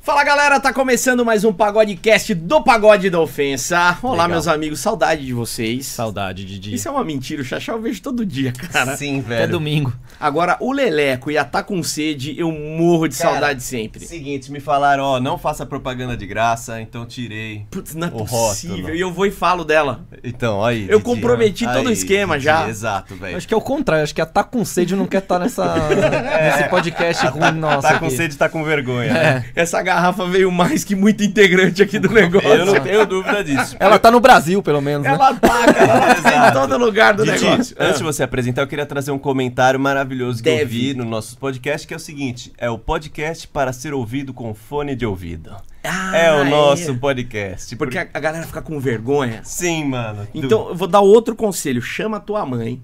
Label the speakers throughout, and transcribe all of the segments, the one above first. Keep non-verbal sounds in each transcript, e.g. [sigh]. Speaker 1: Fala galera, tá começando mais um Pagodecast do Pagode da Ofensa. Olá,
Speaker 2: Legal.
Speaker 1: meus amigos, saudade de vocês.
Speaker 2: Saudade, Didi.
Speaker 1: Isso é uma mentira, o Xaxá eu vejo todo dia, cara.
Speaker 3: Tá Sim,
Speaker 2: Até
Speaker 3: velho.
Speaker 2: domingo.
Speaker 1: Agora, o Leleco e a Tá Com Sede, eu morro de
Speaker 3: Cara,
Speaker 1: saudade sempre.
Speaker 3: Seguinte, me falaram, ó, não faça propaganda de graça, então tirei.
Speaker 1: Putz, não é
Speaker 3: O
Speaker 1: possível.
Speaker 3: rótulo.
Speaker 1: E eu vou e falo dela.
Speaker 3: Então, aí.
Speaker 1: Eu comprometi todo o esquema já.
Speaker 3: Exato, velho.
Speaker 2: Acho que é o contrário, acho que a Tá Com Sede não quer
Speaker 1: [laughs]
Speaker 2: estar nessa, É, nesse podcast ruim nosso
Speaker 3: Tá com
Speaker 2: aqui.
Speaker 3: sede, tá com vergonha. né?
Speaker 1: Essa garrafa veio mais que muito integrante aqui do negócio.
Speaker 3: Eu não tenho dúvida disso.
Speaker 1: É
Speaker 2: Ela tá no Brasil, pelo menos, né?
Speaker 1: Ela tá, cara, ela
Speaker 3: [laughs]
Speaker 1: tá em
Speaker 3: Exato.
Speaker 1: todo lugar do
Speaker 3: Didi,
Speaker 1: negócio. Ah.
Speaker 3: antes de você apresentar, eu queria trazer um comentário maravilhoso que
Speaker 1: Deve.
Speaker 3: eu vi no nosso podcast, que é o seguinte: é o podcast para ser ouvido com fone de ouvido.
Speaker 1: Ah,
Speaker 3: é o nosso podcast.
Speaker 1: Porque a a galera fica com vergonha.
Speaker 3: Sim, mano. Du-
Speaker 1: Então, eu vou dar outro conselho. Chama a tua mãe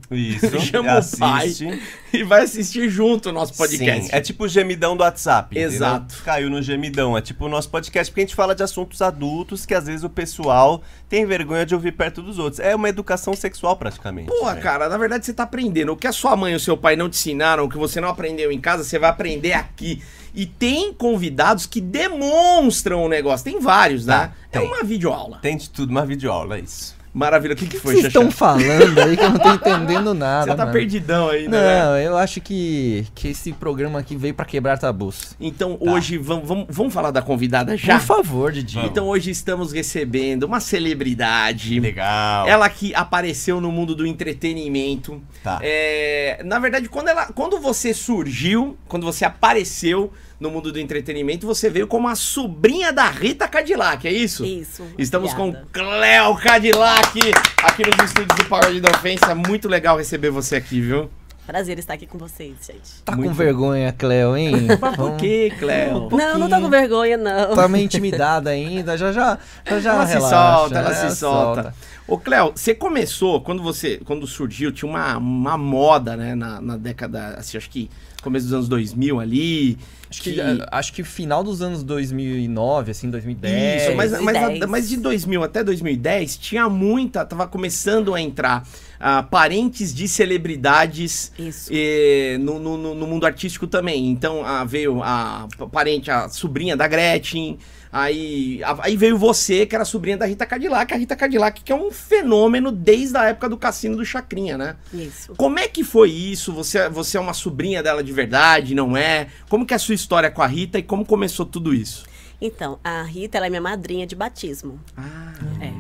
Speaker 1: [laughs]
Speaker 3: Isso.
Speaker 1: Chama o
Speaker 3: assiste.
Speaker 1: [laughs] e vai assistir junto o nosso podcast.
Speaker 3: Sim, é tipo o gemidão do WhatsApp. entendeu?
Speaker 1: Exato.
Speaker 3: Caiu no gemidão. É tipo o nosso podcast, porque a gente fala de assuntos adultos que às vezes o pessoal tem vergonha de ouvir perto dos outros. É uma educação sexual praticamente.
Speaker 1: Porra,
Speaker 3: né?
Speaker 1: cara, na verdade você tá aprendendo. O que a sua mãe e o seu pai não te ensinaram, o que você não aprendeu em casa, você vai aprender aqui. E tem convidados que demonstram o negócio. Tem vários, né?
Speaker 3: Tem,
Speaker 1: É
Speaker 3: tem.
Speaker 1: uma videoaula.
Speaker 3: Tem de tudo, uma videoaula, é isso.
Speaker 1: Maravilha. O que,
Speaker 2: O
Speaker 1: que,
Speaker 2: que
Speaker 1: foi,
Speaker 2: vocês
Speaker 1: Xaxá?
Speaker 2: estão falando aí que eu não tô entendendo nada,
Speaker 1: Você tá
Speaker 2: mano?
Speaker 1: perdidão aí, né?
Speaker 2: Não, eu acho que, que esse programa aqui veio pra quebrar tabus.
Speaker 1: Então hoje vamos, vamos, vamos falar da convidada já?
Speaker 2: Por favor, Didi.
Speaker 3: Vamos.
Speaker 1: Então hoje estamos recebendo uma celebridade.
Speaker 3: Legal.
Speaker 1: Ela que apareceu no mundo do entretenimento.
Speaker 3: Tá.
Speaker 1: É, na verdade, quando, ela, quando você surgiu, quando você apareceu no mundo do entretenimento, você veio como a sobrinha da Rita Cadillac, é isso?
Speaker 4: Isso.
Speaker 1: Estamos
Speaker 4: obrigada.
Speaker 1: com Cleo Cadillac aqui nos estúdios do Pagode da Ofensa. Muito legal receber você aqui, viu?
Speaker 4: Prazer estar aqui com vocês, gente.
Speaker 2: Tá
Speaker 1: muito-
Speaker 2: com vergonha, Cleo, hein?
Speaker 1: Mas [laughs] por
Speaker 2: Vamos-
Speaker 1: que, Cleo?
Speaker 4: não, não tô com vergonha, não.
Speaker 2: Tá meio intimidada ainda, já já, já, já
Speaker 1: ela se
Speaker 2: relaxa,
Speaker 1: solta, ela
Speaker 2: né?
Speaker 1: se solta. Ô, Cléo, você começou, quando você, quando surgiu, tinha uma, uma moda, né, na, na década, assim, acho que começo dos anos 2000 ali.
Speaker 2: Acho que, acho que final dos anos 2009, assim, 2010.
Speaker 1: Isso, mas, mas, a-
Speaker 4: 2010.
Speaker 1: mas de 2000 até 2010 tinha muita, tava começando a entrar ah, parentes de celebridades
Speaker 4: Isso.
Speaker 1: eh, no, no- no- no mundo artístico também. Então ah, veio a p- parente, a sobrinha da Gretchen, aí, a- aí veio você, que era sobrinha da Rita Cadillac, a Rita Cadillac, que é um fenômeno desde a época do Cassino do Chacrinha, né?
Speaker 4: Isso.
Speaker 1: Como é que foi isso? Você, você é uma sobrinha dela de verdade, não é? Como que é a sua história com a Rita e como começou tudo isso?
Speaker 4: Então, a Rita, ela é minha madrinha de batismo.
Speaker 1: Ah,
Speaker 4: É.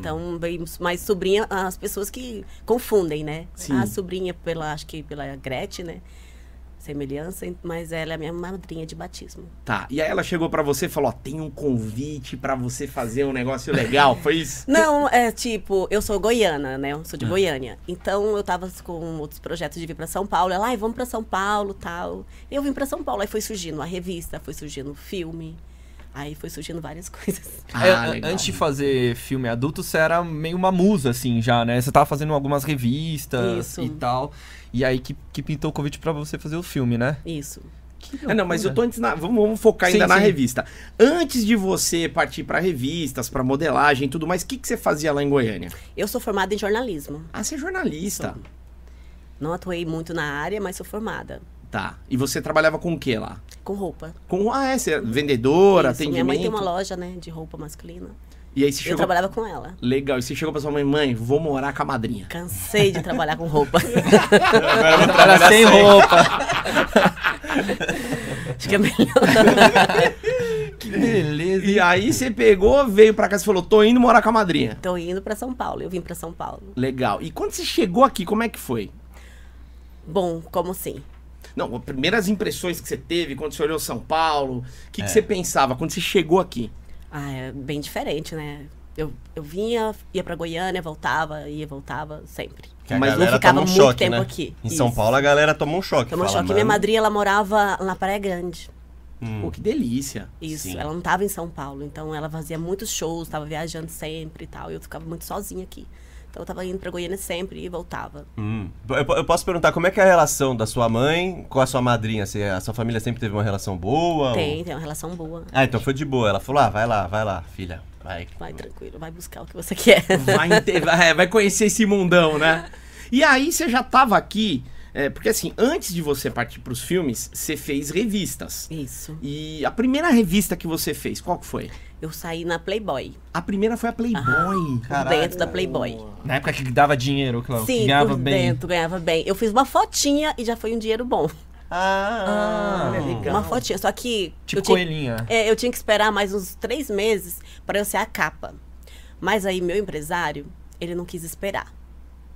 Speaker 4: Então, bem, mas sobrinha, as pessoas que confundem, né?
Speaker 1: Sim.
Speaker 4: A sobrinha, pela, acho que pela Gretchen, né? Semelhança, mas ela é minha madrinha de batismo.
Speaker 1: Tá, e aí ela chegou pra você e falou, ó, tem um convite pra você fazer um negócio legal, foi
Speaker 4: [laughs]
Speaker 1: isso?
Speaker 4: Não, é tipo, eu sou goiana, né? Eu sou de Goiânia. Então eu tava com outros projetos de vir pra São Paulo. Ela, ai, vamos pra São Paulo tal. Eu vim pra São Paulo. Aí foi surgindo a revista, foi surgindo o filme. Aí foi surgindo várias [laughs] coisas.
Speaker 1: Ah,
Speaker 2: É, an- antes de fazer filme adulto, você era meio uma musa, assim, já, né? Você tava fazendo algumas revistas
Speaker 4: Isso.
Speaker 2: e tal. E aí que, que pintou o convite pra você fazer o filme, né?
Speaker 4: Isso.
Speaker 1: Ah, não, mas eu tô antes na. Vamos, vamos focar ainda
Speaker 2: Sim,
Speaker 1: na
Speaker 2: sim.
Speaker 1: revista. Antes de você partir pra revistas, pra modelagem e tudo mais, o que, que você fazia lá em Goiânia?
Speaker 4: Eu sou formada em jornalismo.
Speaker 1: Ah, você é jornalista.
Speaker 4: Não atuei muito na área, mas sou formada.
Speaker 1: Tá. E você trabalhava com o que lá?
Speaker 4: Com roupa.
Speaker 1: Com. Ah, é, você é vendedora,
Speaker 4: Isso.
Speaker 1: atendimento.
Speaker 4: Minha mãe tem uma loja, né? De roupa masculina.
Speaker 1: E aí você chegou.
Speaker 4: Eu trabalhava com ela.
Speaker 1: Legal. E você chegou pra sua mãe, mãe, vou morar com a madrinha.
Speaker 4: Cansei de trabalhar com roupa.
Speaker 3: Agora eu vou
Speaker 2: Era
Speaker 3: trabalhar
Speaker 2: sem roupa.
Speaker 4: Acho que é melhor.
Speaker 2: que beleza.
Speaker 1: E aí você pegou, veio pra casa e falou: tô indo morar com a madrinha.
Speaker 4: Tô indo pra São Paulo. Eu vim pra São Paulo.
Speaker 1: Legal. E quando você chegou aqui, como é que foi?
Speaker 4: Bom, como assim?
Speaker 1: Não, as primeiras impressões que você teve quando você olhou São Paulo, o que, que você pensava quando você chegou aqui?
Speaker 4: Ah, é bem diferente, né? Eu, eu vinha, ia pra Goiânia, voltava, ia, voltava, sempre.
Speaker 3: Que a
Speaker 1: Mas
Speaker 3: galera
Speaker 4: não ficava
Speaker 3: toma um
Speaker 4: muito
Speaker 3: choque,
Speaker 4: tempo
Speaker 3: né?
Speaker 4: aqui.
Speaker 3: Em São
Speaker 4: Isso.
Speaker 3: Paulo a galera toma um choque.
Speaker 4: Tomou
Speaker 3: fala,
Speaker 4: choque. Minha
Speaker 3: "Mano,
Speaker 4: madrinha, ela morava na Praia Grande.
Speaker 1: Pô, que delícia.
Speaker 4: Isso,
Speaker 3: Sim.
Speaker 4: ela não tava em São Paulo. Então, ela fazia muitos shows, tava viajando sempre e tal. E eu ficava muito sozinha aqui. Então, eu tava indo pra Goiânia sempre e voltava.
Speaker 3: Hum. Eu, po- eu posso perguntar como é que é a relação da sua mãe com a sua madrinha? Se a sua família sempre teve uma relação boa? ou-
Speaker 4: Tem, tem uma relação boa.
Speaker 3: Ah, então foi de boa. Ela falou: ah, vai lá, vai lá, filha. Vai.
Speaker 4: Vai tranquilo, vai buscar o que você [laughs] quer.
Speaker 1: Vai, inte- vai- é, vai conhecer esse mundão, né? E aí você já tava aqui. é, É, porque assim, antes de você partir pros filmes, você fez revistas.
Speaker 4: Isso.
Speaker 1: E a primeira revista que você fez, qual que foi?
Speaker 4: Eu saí na Playboy.
Speaker 1: A primeira foi a Playboy.
Speaker 4: Por dentro da Playboy.
Speaker 2: Na época que dava dinheiro, Cláudio.
Speaker 4: Sim,
Speaker 2: ganhava
Speaker 4: por
Speaker 2: bem.
Speaker 4: dentro, ganhava bem. Eu fiz uma fotinha e já foi um dinheiro bom.
Speaker 3: Ah,
Speaker 2: olha, É legal.
Speaker 4: Uma fotinha. Só que.
Speaker 2: Hum. Tipo
Speaker 4: eu tinha-
Speaker 2: coelhinha.
Speaker 4: É, eu tinha que esperar mais uns três meses para eu ser a capa. Mas aí meu empresário, ele não quis esperar.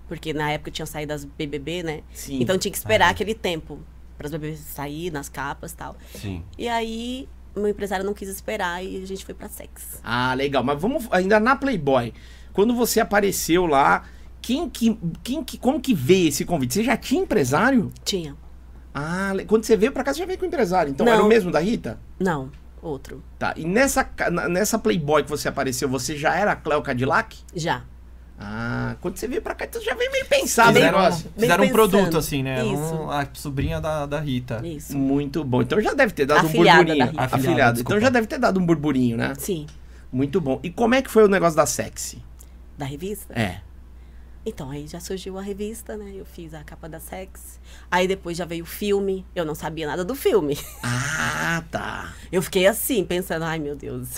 Speaker 4: Porque na época eu tinha saído das BBB, né?
Speaker 1: Sim.
Speaker 4: Então tinha que esperar aquele tempo para as BBB sair nas capas e tal.
Speaker 3: Sim.
Speaker 4: E aí meu empresário não quis esperar e a gente foi pra sex.
Speaker 1: Ah, legal. Mas vamos ainda na Playboy. Quando você apareceu lá, quem que, quem que, como que veio esse convite? Você já tinha empresário?
Speaker 4: Tinha.
Speaker 1: Ah, le- quando você veio pra cá, você já veio com empresário. Então
Speaker 4: Não.
Speaker 1: era o mesmo da Rita?
Speaker 4: Não, outro.
Speaker 1: Tá. E nessa, ca- na- nessa Playboy que você apareceu, você já era a Cleo Cadillac?
Speaker 4: Já.
Speaker 1: Ah, quando você veio pra cá, você já veio meio
Speaker 4: Tá
Speaker 1: pensado o
Speaker 2: Fizeram,
Speaker 1: negócio.
Speaker 2: fizeram um
Speaker 4: pensando.
Speaker 2: produto, assim, né? Um-
Speaker 4: Isso.
Speaker 2: a sobrinha da, da Rita.
Speaker 4: Isso.
Speaker 1: Muito bom. Então já deve ter dado
Speaker 4: Afilhada
Speaker 1: um burburinho.
Speaker 4: da Rita.
Speaker 1: Afilhado.
Speaker 2: Afilhada,
Speaker 1: Então
Speaker 2: desculpa.
Speaker 1: já deve ter dado um burburinho, né?
Speaker 4: Sim.
Speaker 1: Muito bom. E como é que foi o negócio da sexy?
Speaker 4: Da revista?
Speaker 1: É.
Speaker 4: Então, aí já surgiu a revista, né? Eu fiz a capa da Sex. Aí depois já veio o filme. Eu não sabia nada do filme.
Speaker 1: Ah, tá.
Speaker 4: Eu fiquei assim, pensando, ai meu Deus.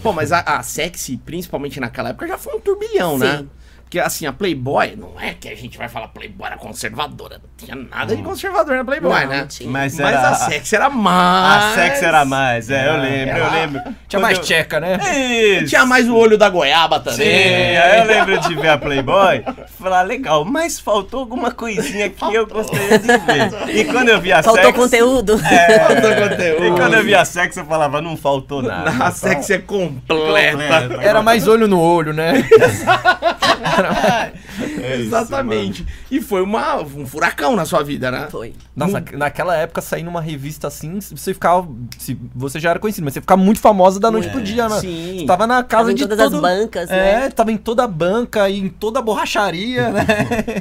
Speaker 1: Bom, mas a, a sexy, principalmente naquela época, já foi um turbilhão,
Speaker 4: Sim.
Speaker 1: né? Porque assim, a Playboy, não é que a gente vai falar Playboy era conservadora. Não tinha nada de conservador na Playboy,
Speaker 4: Não,
Speaker 1: né?
Speaker 4: não tinha.
Speaker 3: Mas,
Speaker 1: Mas
Speaker 3: era,
Speaker 1: a sexy era mais.
Speaker 3: a sexy era mais, é, eu lembro, eu
Speaker 1: Era-
Speaker 3: lembro.
Speaker 2: Tinha
Speaker 3: Quando
Speaker 2: mais
Speaker 3: eu-
Speaker 2: tcheca, né?
Speaker 3: Isso.
Speaker 1: Tinha mais o olho da goiaba
Speaker 3: Sim,
Speaker 1: também.
Speaker 3: aí eu lembro de ver a Playboy, falar, legal, mas faltou alguma coisinha que eu gostaria de ver. E quando eu vi a
Speaker 4: Faltou
Speaker 3: sexy-
Speaker 4: conteúdo.
Speaker 3: É,
Speaker 1: Faltou
Speaker 3: E
Speaker 1: conteúdo.
Speaker 3: quando eu vi a sexy, eu falava, não faltou nada.
Speaker 1: A sexy é completa. [laughs]
Speaker 4: É.
Speaker 2: Era mais olho no olho, né?
Speaker 3: É isso,
Speaker 1: Exatamente. e foi uma, um furacão na sua vida, né?
Speaker 4: [laughs] Foi.
Speaker 2: Nossa, naquela época, sair numa revista assim, você ficava. se- você já era conhecido, mas você ficava muito famosa da noite pro dia, né?
Speaker 1: Sim.
Speaker 2: Você tava na casa
Speaker 4: É, Tava em
Speaker 2: de
Speaker 4: todas
Speaker 2: todo...
Speaker 4: as bancas,
Speaker 2: é,
Speaker 4: né?
Speaker 2: tava em toda a banca e em toda a borracharia,
Speaker 4: [laughs]
Speaker 2: né?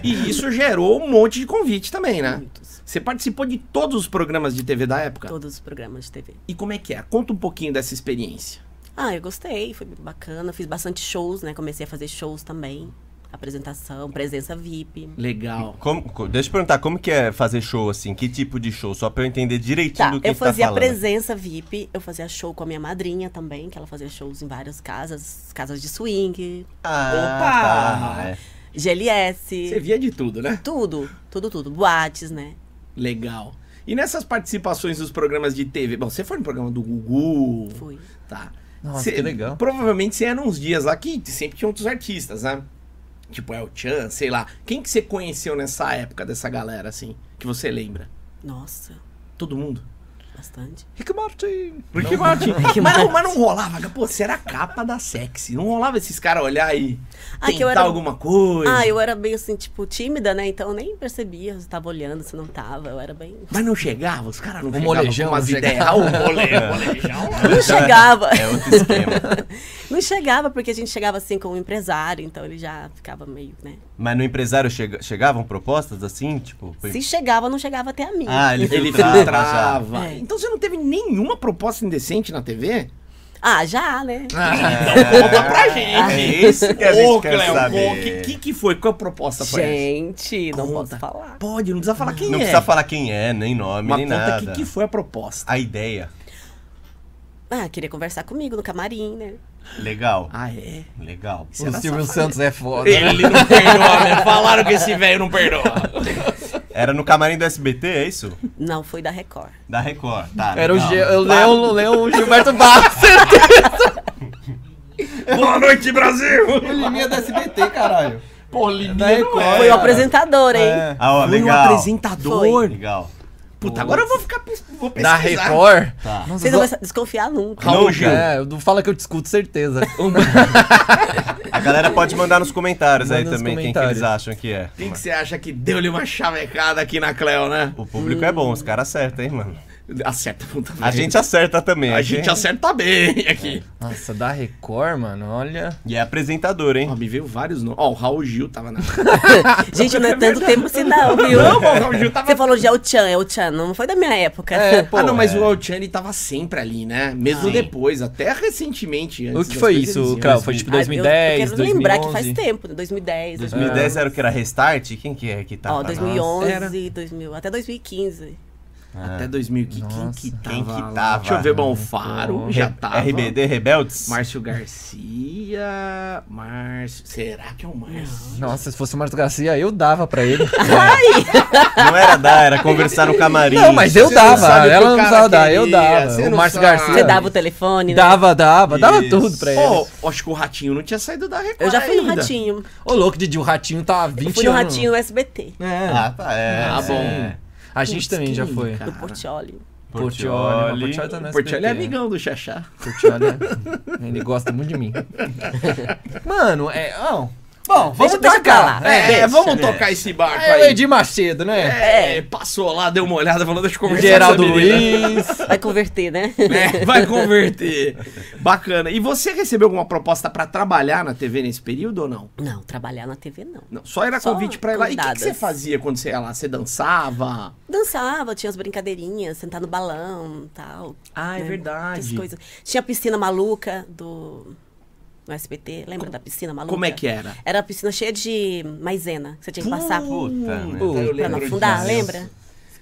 Speaker 1: E isso gerou um monte de convite também, né?
Speaker 4: Muitos.
Speaker 1: Você participou de todos os programas de TV da época?
Speaker 4: Todos os programas de TV.
Speaker 1: E como é que é? Conta um pouquinho dessa experiência.
Speaker 4: Ah, eu gostei, foi bem bacana. Fiz bastante shows, né? Comecei a fazer shows também. Apresentação, presença VIP.
Speaker 1: Legal.
Speaker 3: Como- co- deixa eu perguntar, como que é fazer show assim? Que tipo de show? Só pra eu entender direitinho
Speaker 4: Tá,
Speaker 3: do que
Speaker 4: eu
Speaker 3: você tá
Speaker 4: fazia
Speaker 3: falando.
Speaker 4: presença VIP, eu fazia show com a minha madrinha também, que ela fazia shows em várias casas, casas de swing,
Speaker 3: Ah,
Speaker 1: Opa!
Speaker 3: tá, é.
Speaker 4: GLS,
Speaker 1: Você via de tudo, né?
Speaker 4: tudo, tudo, tudo. Boates, né?
Speaker 1: Legal. E nessas participações dos programas de TV? Bom, você foi no programa do Gugu.
Speaker 4: Fui.
Speaker 1: Tá.
Speaker 2: Nossa,
Speaker 1: Cê-
Speaker 2: que legal.
Speaker 1: Provavelmente você era uns dias lá que sempre tinha outros artistas, né? Tipo El Chan, sei lá. Quem que você conheceu nessa época dessa galera, assim? Que você lembra?
Speaker 4: Nossa,
Speaker 1: Todo mundo?
Speaker 4: bastante.
Speaker 2: Rick Martin.
Speaker 1: Rick Martin. [laughs]
Speaker 4: [laughs]
Speaker 1: mas, não, mas não rolava. Pô, você era a capa da sexy. Não rolava esses caras olhar e
Speaker 4: Ah, que eu
Speaker 1: tentar
Speaker 4: era-
Speaker 1: alguma coisa.
Speaker 4: Ah, eu era bem assim, tipo, tímida, né? Então eu nem percebia se tava olhando, se não tava. Eu era bem.
Speaker 1: Mas não chegava, os caras não chegavam
Speaker 2: molejão
Speaker 1: com umas
Speaker 2: não
Speaker 1: ideias. Ah,
Speaker 2: chegava.
Speaker 1: o mole- molejão.
Speaker 4: Não chegava.
Speaker 3: É outro esquema.
Speaker 4: Não chegava, porque a gente chegava assim com o empresário, então ele já ficava meio, né?
Speaker 3: Mas no empresário chega- chegavam propostas assim, tipo... foi-
Speaker 4: Se chegava, não chegava até a mim.
Speaker 3: Ah, ele
Speaker 1: [laughs] Ele
Speaker 3: filtrava. já.
Speaker 1: filtrava.
Speaker 4: É.
Speaker 1: Então você não teve nenhuma proposta indecente na TV?
Speaker 4: Ah, já, né?
Speaker 1: Então conta pra gente.
Speaker 3: É isso que a gente
Speaker 1: Ô,
Speaker 3: quer
Speaker 1: Cleo,
Speaker 3: saber.
Speaker 1: O que, que, que foi? Qual proposta foi essa?
Speaker 4: gente, não
Speaker 1: Conta.
Speaker 4: posso falar.
Speaker 1: Pode, não precisa falar quem
Speaker 3: Não
Speaker 1: é.
Speaker 3: precisa falar quem é, nem nome,
Speaker 1: Mas
Speaker 3: nem
Speaker 1: conta
Speaker 3: nada.
Speaker 1: que, que foi a proposta.
Speaker 3: A ideia.
Speaker 4: Ah, queria conversar comigo no camarim, né?
Speaker 3: Legal.
Speaker 1: Ah, é?
Speaker 3: Legal.
Speaker 1: Isso
Speaker 2: O
Speaker 1: era
Speaker 2: Silvio
Speaker 1: safado.
Speaker 2: Santos é foda.
Speaker 1: Ele não perdoa, né? Falaram que esse velho não perdoa.
Speaker 3: Era no camarim do SBT, é isso?
Speaker 4: Não, foi da Record.
Speaker 3: Da Record, tá.
Speaker 2: Era o,
Speaker 3: legal.
Speaker 2: Ge o Leão, Leão Gilberto Barros.
Speaker 4: [laughs]
Speaker 1: Boa noite, Brasil!
Speaker 2: Liminha da SBT, caralho.
Speaker 1: Pô, Liminha
Speaker 2: Da Record.
Speaker 1: não é.
Speaker 4: Foi o apresentador, hein?
Speaker 2: Né, É.
Speaker 3: Ah, ó,
Speaker 1: Foi um
Speaker 3: legal.
Speaker 1: apresentador.
Speaker 3: Legal.
Speaker 1: Puta, agora eu vou ficar pes- vou pesquisar.
Speaker 2: Da Record?
Speaker 3: Tá.
Speaker 2: Nossa,
Speaker 4: Vocês
Speaker 2: só-
Speaker 4: não vão desconfiar nunca.
Speaker 1: Raul Gil.
Speaker 2: É, do Fala Que Eu Te Escuto, certeza.
Speaker 3: A
Speaker 1: É.
Speaker 3: galera pode mandar nos comentários
Speaker 2: Manda
Speaker 3: aí
Speaker 2: nos
Speaker 3: também quem que
Speaker 2: comentários.
Speaker 3: eles acham que é.
Speaker 1: Quem que você acha que deu-lhe uma chavecada aqui na Cleo, né?
Speaker 3: O público é bom, os caras acertam, hein, mano.
Speaker 1: Acerta muito bem.
Speaker 3: A gente acerta também.
Speaker 1: A
Speaker 3: aqui,
Speaker 1: gente
Speaker 3: hein?
Speaker 1: acerta bem aqui.
Speaker 2: Nossa, da Record, mano, olha.
Speaker 3: E é apresentador,
Speaker 1: Ó,
Speaker 3: hein?
Speaker 1: me veio vários nomes. Ó, o Raul Gil tava na.
Speaker 4: [laughs] Gente, não é tanto tempo assim,
Speaker 1: [laughs]
Speaker 4: não, viu?
Speaker 1: Não, mas o Raul Gil tava.
Speaker 4: Você falou de El Chan, El Chan, não foi da minha época.
Speaker 2: É, pô,
Speaker 1: ah, não, mas
Speaker 2: é.
Speaker 1: o Alciani tava sempre ali, né? Mesmo
Speaker 3: Sim.
Speaker 1: depois, até recentemente.
Speaker 2: O
Speaker 1: antes
Speaker 2: que
Speaker 1: das
Speaker 2: foi
Speaker 1: coisas, eles assim,
Speaker 2: isso,
Speaker 1: iam
Speaker 2: Clau?
Speaker 1: subir.
Speaker 2: Foi tipo
Speaker 4: Ah, eu-
Speaker 2: 2010,
Speaker 4: Eu quero lembrar que
Speaker 2: 2011?
Speaker 4: faz tempo, né? 2010.
Speaker 3: 2010 era o que era Restart? Quem que é que tá?
Speaker 4: Ó,
Speaker 3: tá na-
Speaker 4: 2011,
Speaker 1: Era.
Speaker 4: 2000, até 2015.
Speaker 1: Até 2015. Quem que tava?
Speaker 3: Ah. Quem
Speaker 2: Nossa.
Speaker 3: que
Speaker 1: lá?
Speaker 3: tava?
Speaker 1: Deixa eu ver, Bonfaro
Speaker 2: Pô.
Speaker 1: já
Speaker 3: Re- é
Speaker 1: tava.
Speaker 3: RBD Rebeldes?
Speaker 1: Márcio Garcia. Márcio. Será que é o Márcio?
Speaker 2: Nossa, se fosse o Márcio Garcia, eu dava pra ele.
Speaker 3: Não era dar, era conversar no camarim.
Speaker 2: não, mas eu
Speaker 1: Você não
Speaker 2: dava.
Speaker 1: sabe o que
Speaker 2: ela
Speaker 1: o cara
Speaker 2: não precisava dar, eu
Speaker 1: queria,
Speaker 2: dava.
Speaker 1: você
Speaker 2: O
Speaker 1: não
Speaker 2: Márcio
Speaker 1: sabe.
Speaker 2: Garcia.
Speaker 4: Você dava o telefone, né?
Speaker 2: Dava, dava, dava
Speaker 3: Isso.
Speaker 2: tudo pra ele.
Speaker 1: Pô, eu acho que o Ratinho não tinha saído da Record
Speaker 4: Eu já fui no
Speaker 1: ainda.
Speaker 4: Ratinho.
Speaker 2: Ô, louco, Didi, o Ratinho tá há 20
Speaker 4: Eu fui no
Speaker 2: anos.
Speaker 4: Ratinho no SBT,
Speaker 2: É.
Speaker 3: Ah, tá, é.
Speaker 1: Ah,
Speaker 3: é.
Speaker 1: bom.
Speaker 2: a gente também já foi.
Speaker 1: cara.
Speaker 4: no Portioli.
Speaker 2: Portioli.
Speaker 3: Portioli.
Speaker 2: tá no
Speaker 1: O Portioli é
Speaker 2: SBT.
Speaker 1: amigão do Xaxá.
Speaker 2: Portioli é- [laughs] Ele gosta muito de mim. Mano, é. ó, Bom, vamos
Speaker 4: Deixa- deixa pra
Speaker 2: tocar.
Speaker 4: lá.
Speaker 2: É,
Speaker 1: É,
Speaker 2: é,
Speaker 1: vamos tocar esse barco
Speaker 2: é o
Speaker 1: aí.
Speaker 2: Edir Macedo, né?
Speaker 1: É, passou lá, deu uma olhada, falou, deixa eu conversar. com essa
Speaker 2: Geraldo
Speaker 1: menina.
Speaker 2: Luiz.
Speaker 4: Vai converter, né?
Speaker 1: É, vai converter. Bacana. E você recebeu alguma proposta pra trabalhar na TV nesse período ou não?
Speaker 4: [laughs] Não, trabalhar na TV não.
Speaker 1: Não, só era
Speaker 4: Só
Speaker 1: convite pra ir lá. E o que que,
Speaker 4: convidadas.
Speaker 1: você fazia quando você ia lá? Você dançava?
Speaker 4: Dançava, tinha as brincadeirinhas, sentar no balão tal. né?
Speaker 1: Ah, é verdade.
Speaker 4: Essas coisas. Tinha a piscina maluca do. No SBT, lembra da piscina maluca?
Speaker 1: Como é que era?
Speaker 4: Era a piscina cheia de maisena, que você tinha que passar
Speaker 3: Puta,
Speaker 2: Puta,
Speaker 1: eu
Speaker 4: pra não
Speaker 1: lembro
Speaker 4: afundar,
Speaker 1: disso.
Speaker 4: lembra?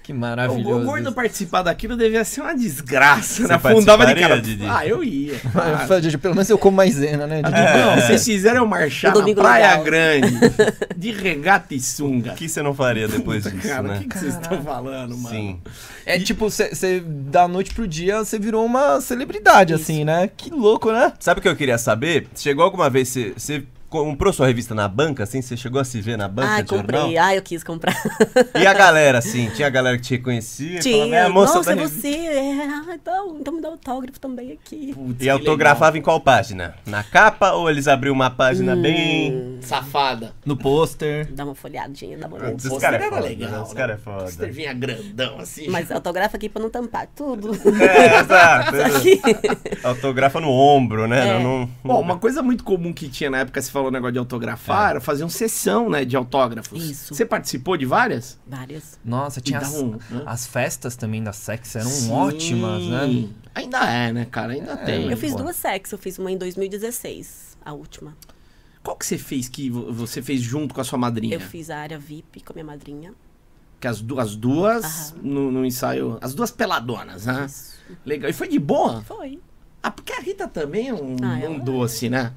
Speaker 2: Que
Speaker 1: O,
Speaker 2: maravilhoso.
Speaker 1: o gordo
Speaker 2: isso.
Speaker 1: participar daquilo devia ser uma desgraça, né?
Speaker 3: Você
Speaker 1: Afundava de cara.
Speaker 3: participaria, Didi?
Speaker 1: Ah, eu [laughs] ia.
Speaker 2: Ah,
Speaker 1: Ah,
Speaker 2: fala, Didi, Pelo menos eu como maisena, né? Didi?
Speaker 1: Não, vocês fizeram eu marchar
Speaker 4: No
Speaker 1: na
Speaker 4: domingo
Speaker 1: Praia
Speaker 4: legal. [laughs]
Speaker 1: Grande de regata e sunga.
Speaker 3: O que você não faria depois disso,
Speaker 1: cara, o
Speaker 3: né?
Speaker 1: que, que vocês estão falando, mano?
Speaker 3: Sim.
Speaker 2: É tipo, você da noite pro dia, você virou uma celebridade, assim, né? Que louco, né?
Speaker 3: Sabe o que eu queria saber? Chegou alguma vez, você, você comprou sua revista na banca, assim? Você chegou a se ver na banca
Speaker 4: Ah,
Speaker 3: de
Speaker 4: comprei.
Speaker 3: jornal?
Speaker 4: Ah, eu quis
Speaker 3: [laughs]
Speaker 4: comprar.
Speaker 3: E a galera, assim, tinha a galera que te reconhecia? e falava, "É
Speaker 4: Tinha.
Speaker 3: a moça
Speaker 4: Nossa,
Speaker 3: da
Speaker 4: é
Speaker 3: revista."
Speaker 4: você. É. Ah, então, então me dá autógrafo também aqui.
Speaker 1: Putz,
Speaker 3: E
Speaker 1: que
Speaker 3: autografava em qual página? Na capa ou eles abriam uma página
Speaker 4: Hum.
Speaker 3: bem...
Speaker 1: legal. Safada.
Speaker 2: No pôster.
Speaker 4: Dá uma folhadinha, dá uma
Speaker 3: Ah,
Speaker 4: olhada.
Speaker 3: Esses
Speaker 1: Pô,
Speaker 3: caras
Speaker 1: era
Speaker 3: é foda,
Speaker 1: legal.
Speaker 3: né? Os caras é foda.
Speaker 1: Você vinha grandão assim.
Speaker 4: Mas autografa aqui pra não tampar tudo.
Speaker 3: [laughs] É, exato.
Speaker 4: Aqui.
Speaker 3: Autografa no ombro, né?
Speaker 4: É.
Speaker 3: Não, não-
Speaker 1: Bom, uma coisa muito comum que tinha na época, você falou o negócio de
Speaker 2: É.
Speaker 1: autografar, era fazer um sessão, né, de autógrafos.
Speaker 4: Isso.
Speaker 1: Você participou de várias?
Speaker 4: Várias.
Speaker 2: Nossa, tinha as,
Speaker 1: Então, né?
Speaker 2: as festas também da Sex, eram
Speaker 1: Sim.
Speaker 2: ótimas, né?
Speaker 1: Ainda é, né, cara? Ainda tem.
Speaker 4: Eu fiz
Speaker 2: Boa.
Speaker 4: duas sexos. Eu fiz uma em 2016, a última.
Speaker 1: Qual que você fez que vo- você fez junto com a sua madrinha?
Speaker 4: Eu fiz a área VIP com a minha madrinha.
Speaker 1: Que as, du- as duas no, no ensaio. As duas peladonas, né?
Speaker 4: Isso.
Speaker 1: Legal. E foi de boa?
Speaker 4: Foi.
Speaker 1: Ah, porque a Rita também é um,
Speaker 4: Ah,
Speaker 1: um
Speaker 4: ela-
Speaker 1: doce, né?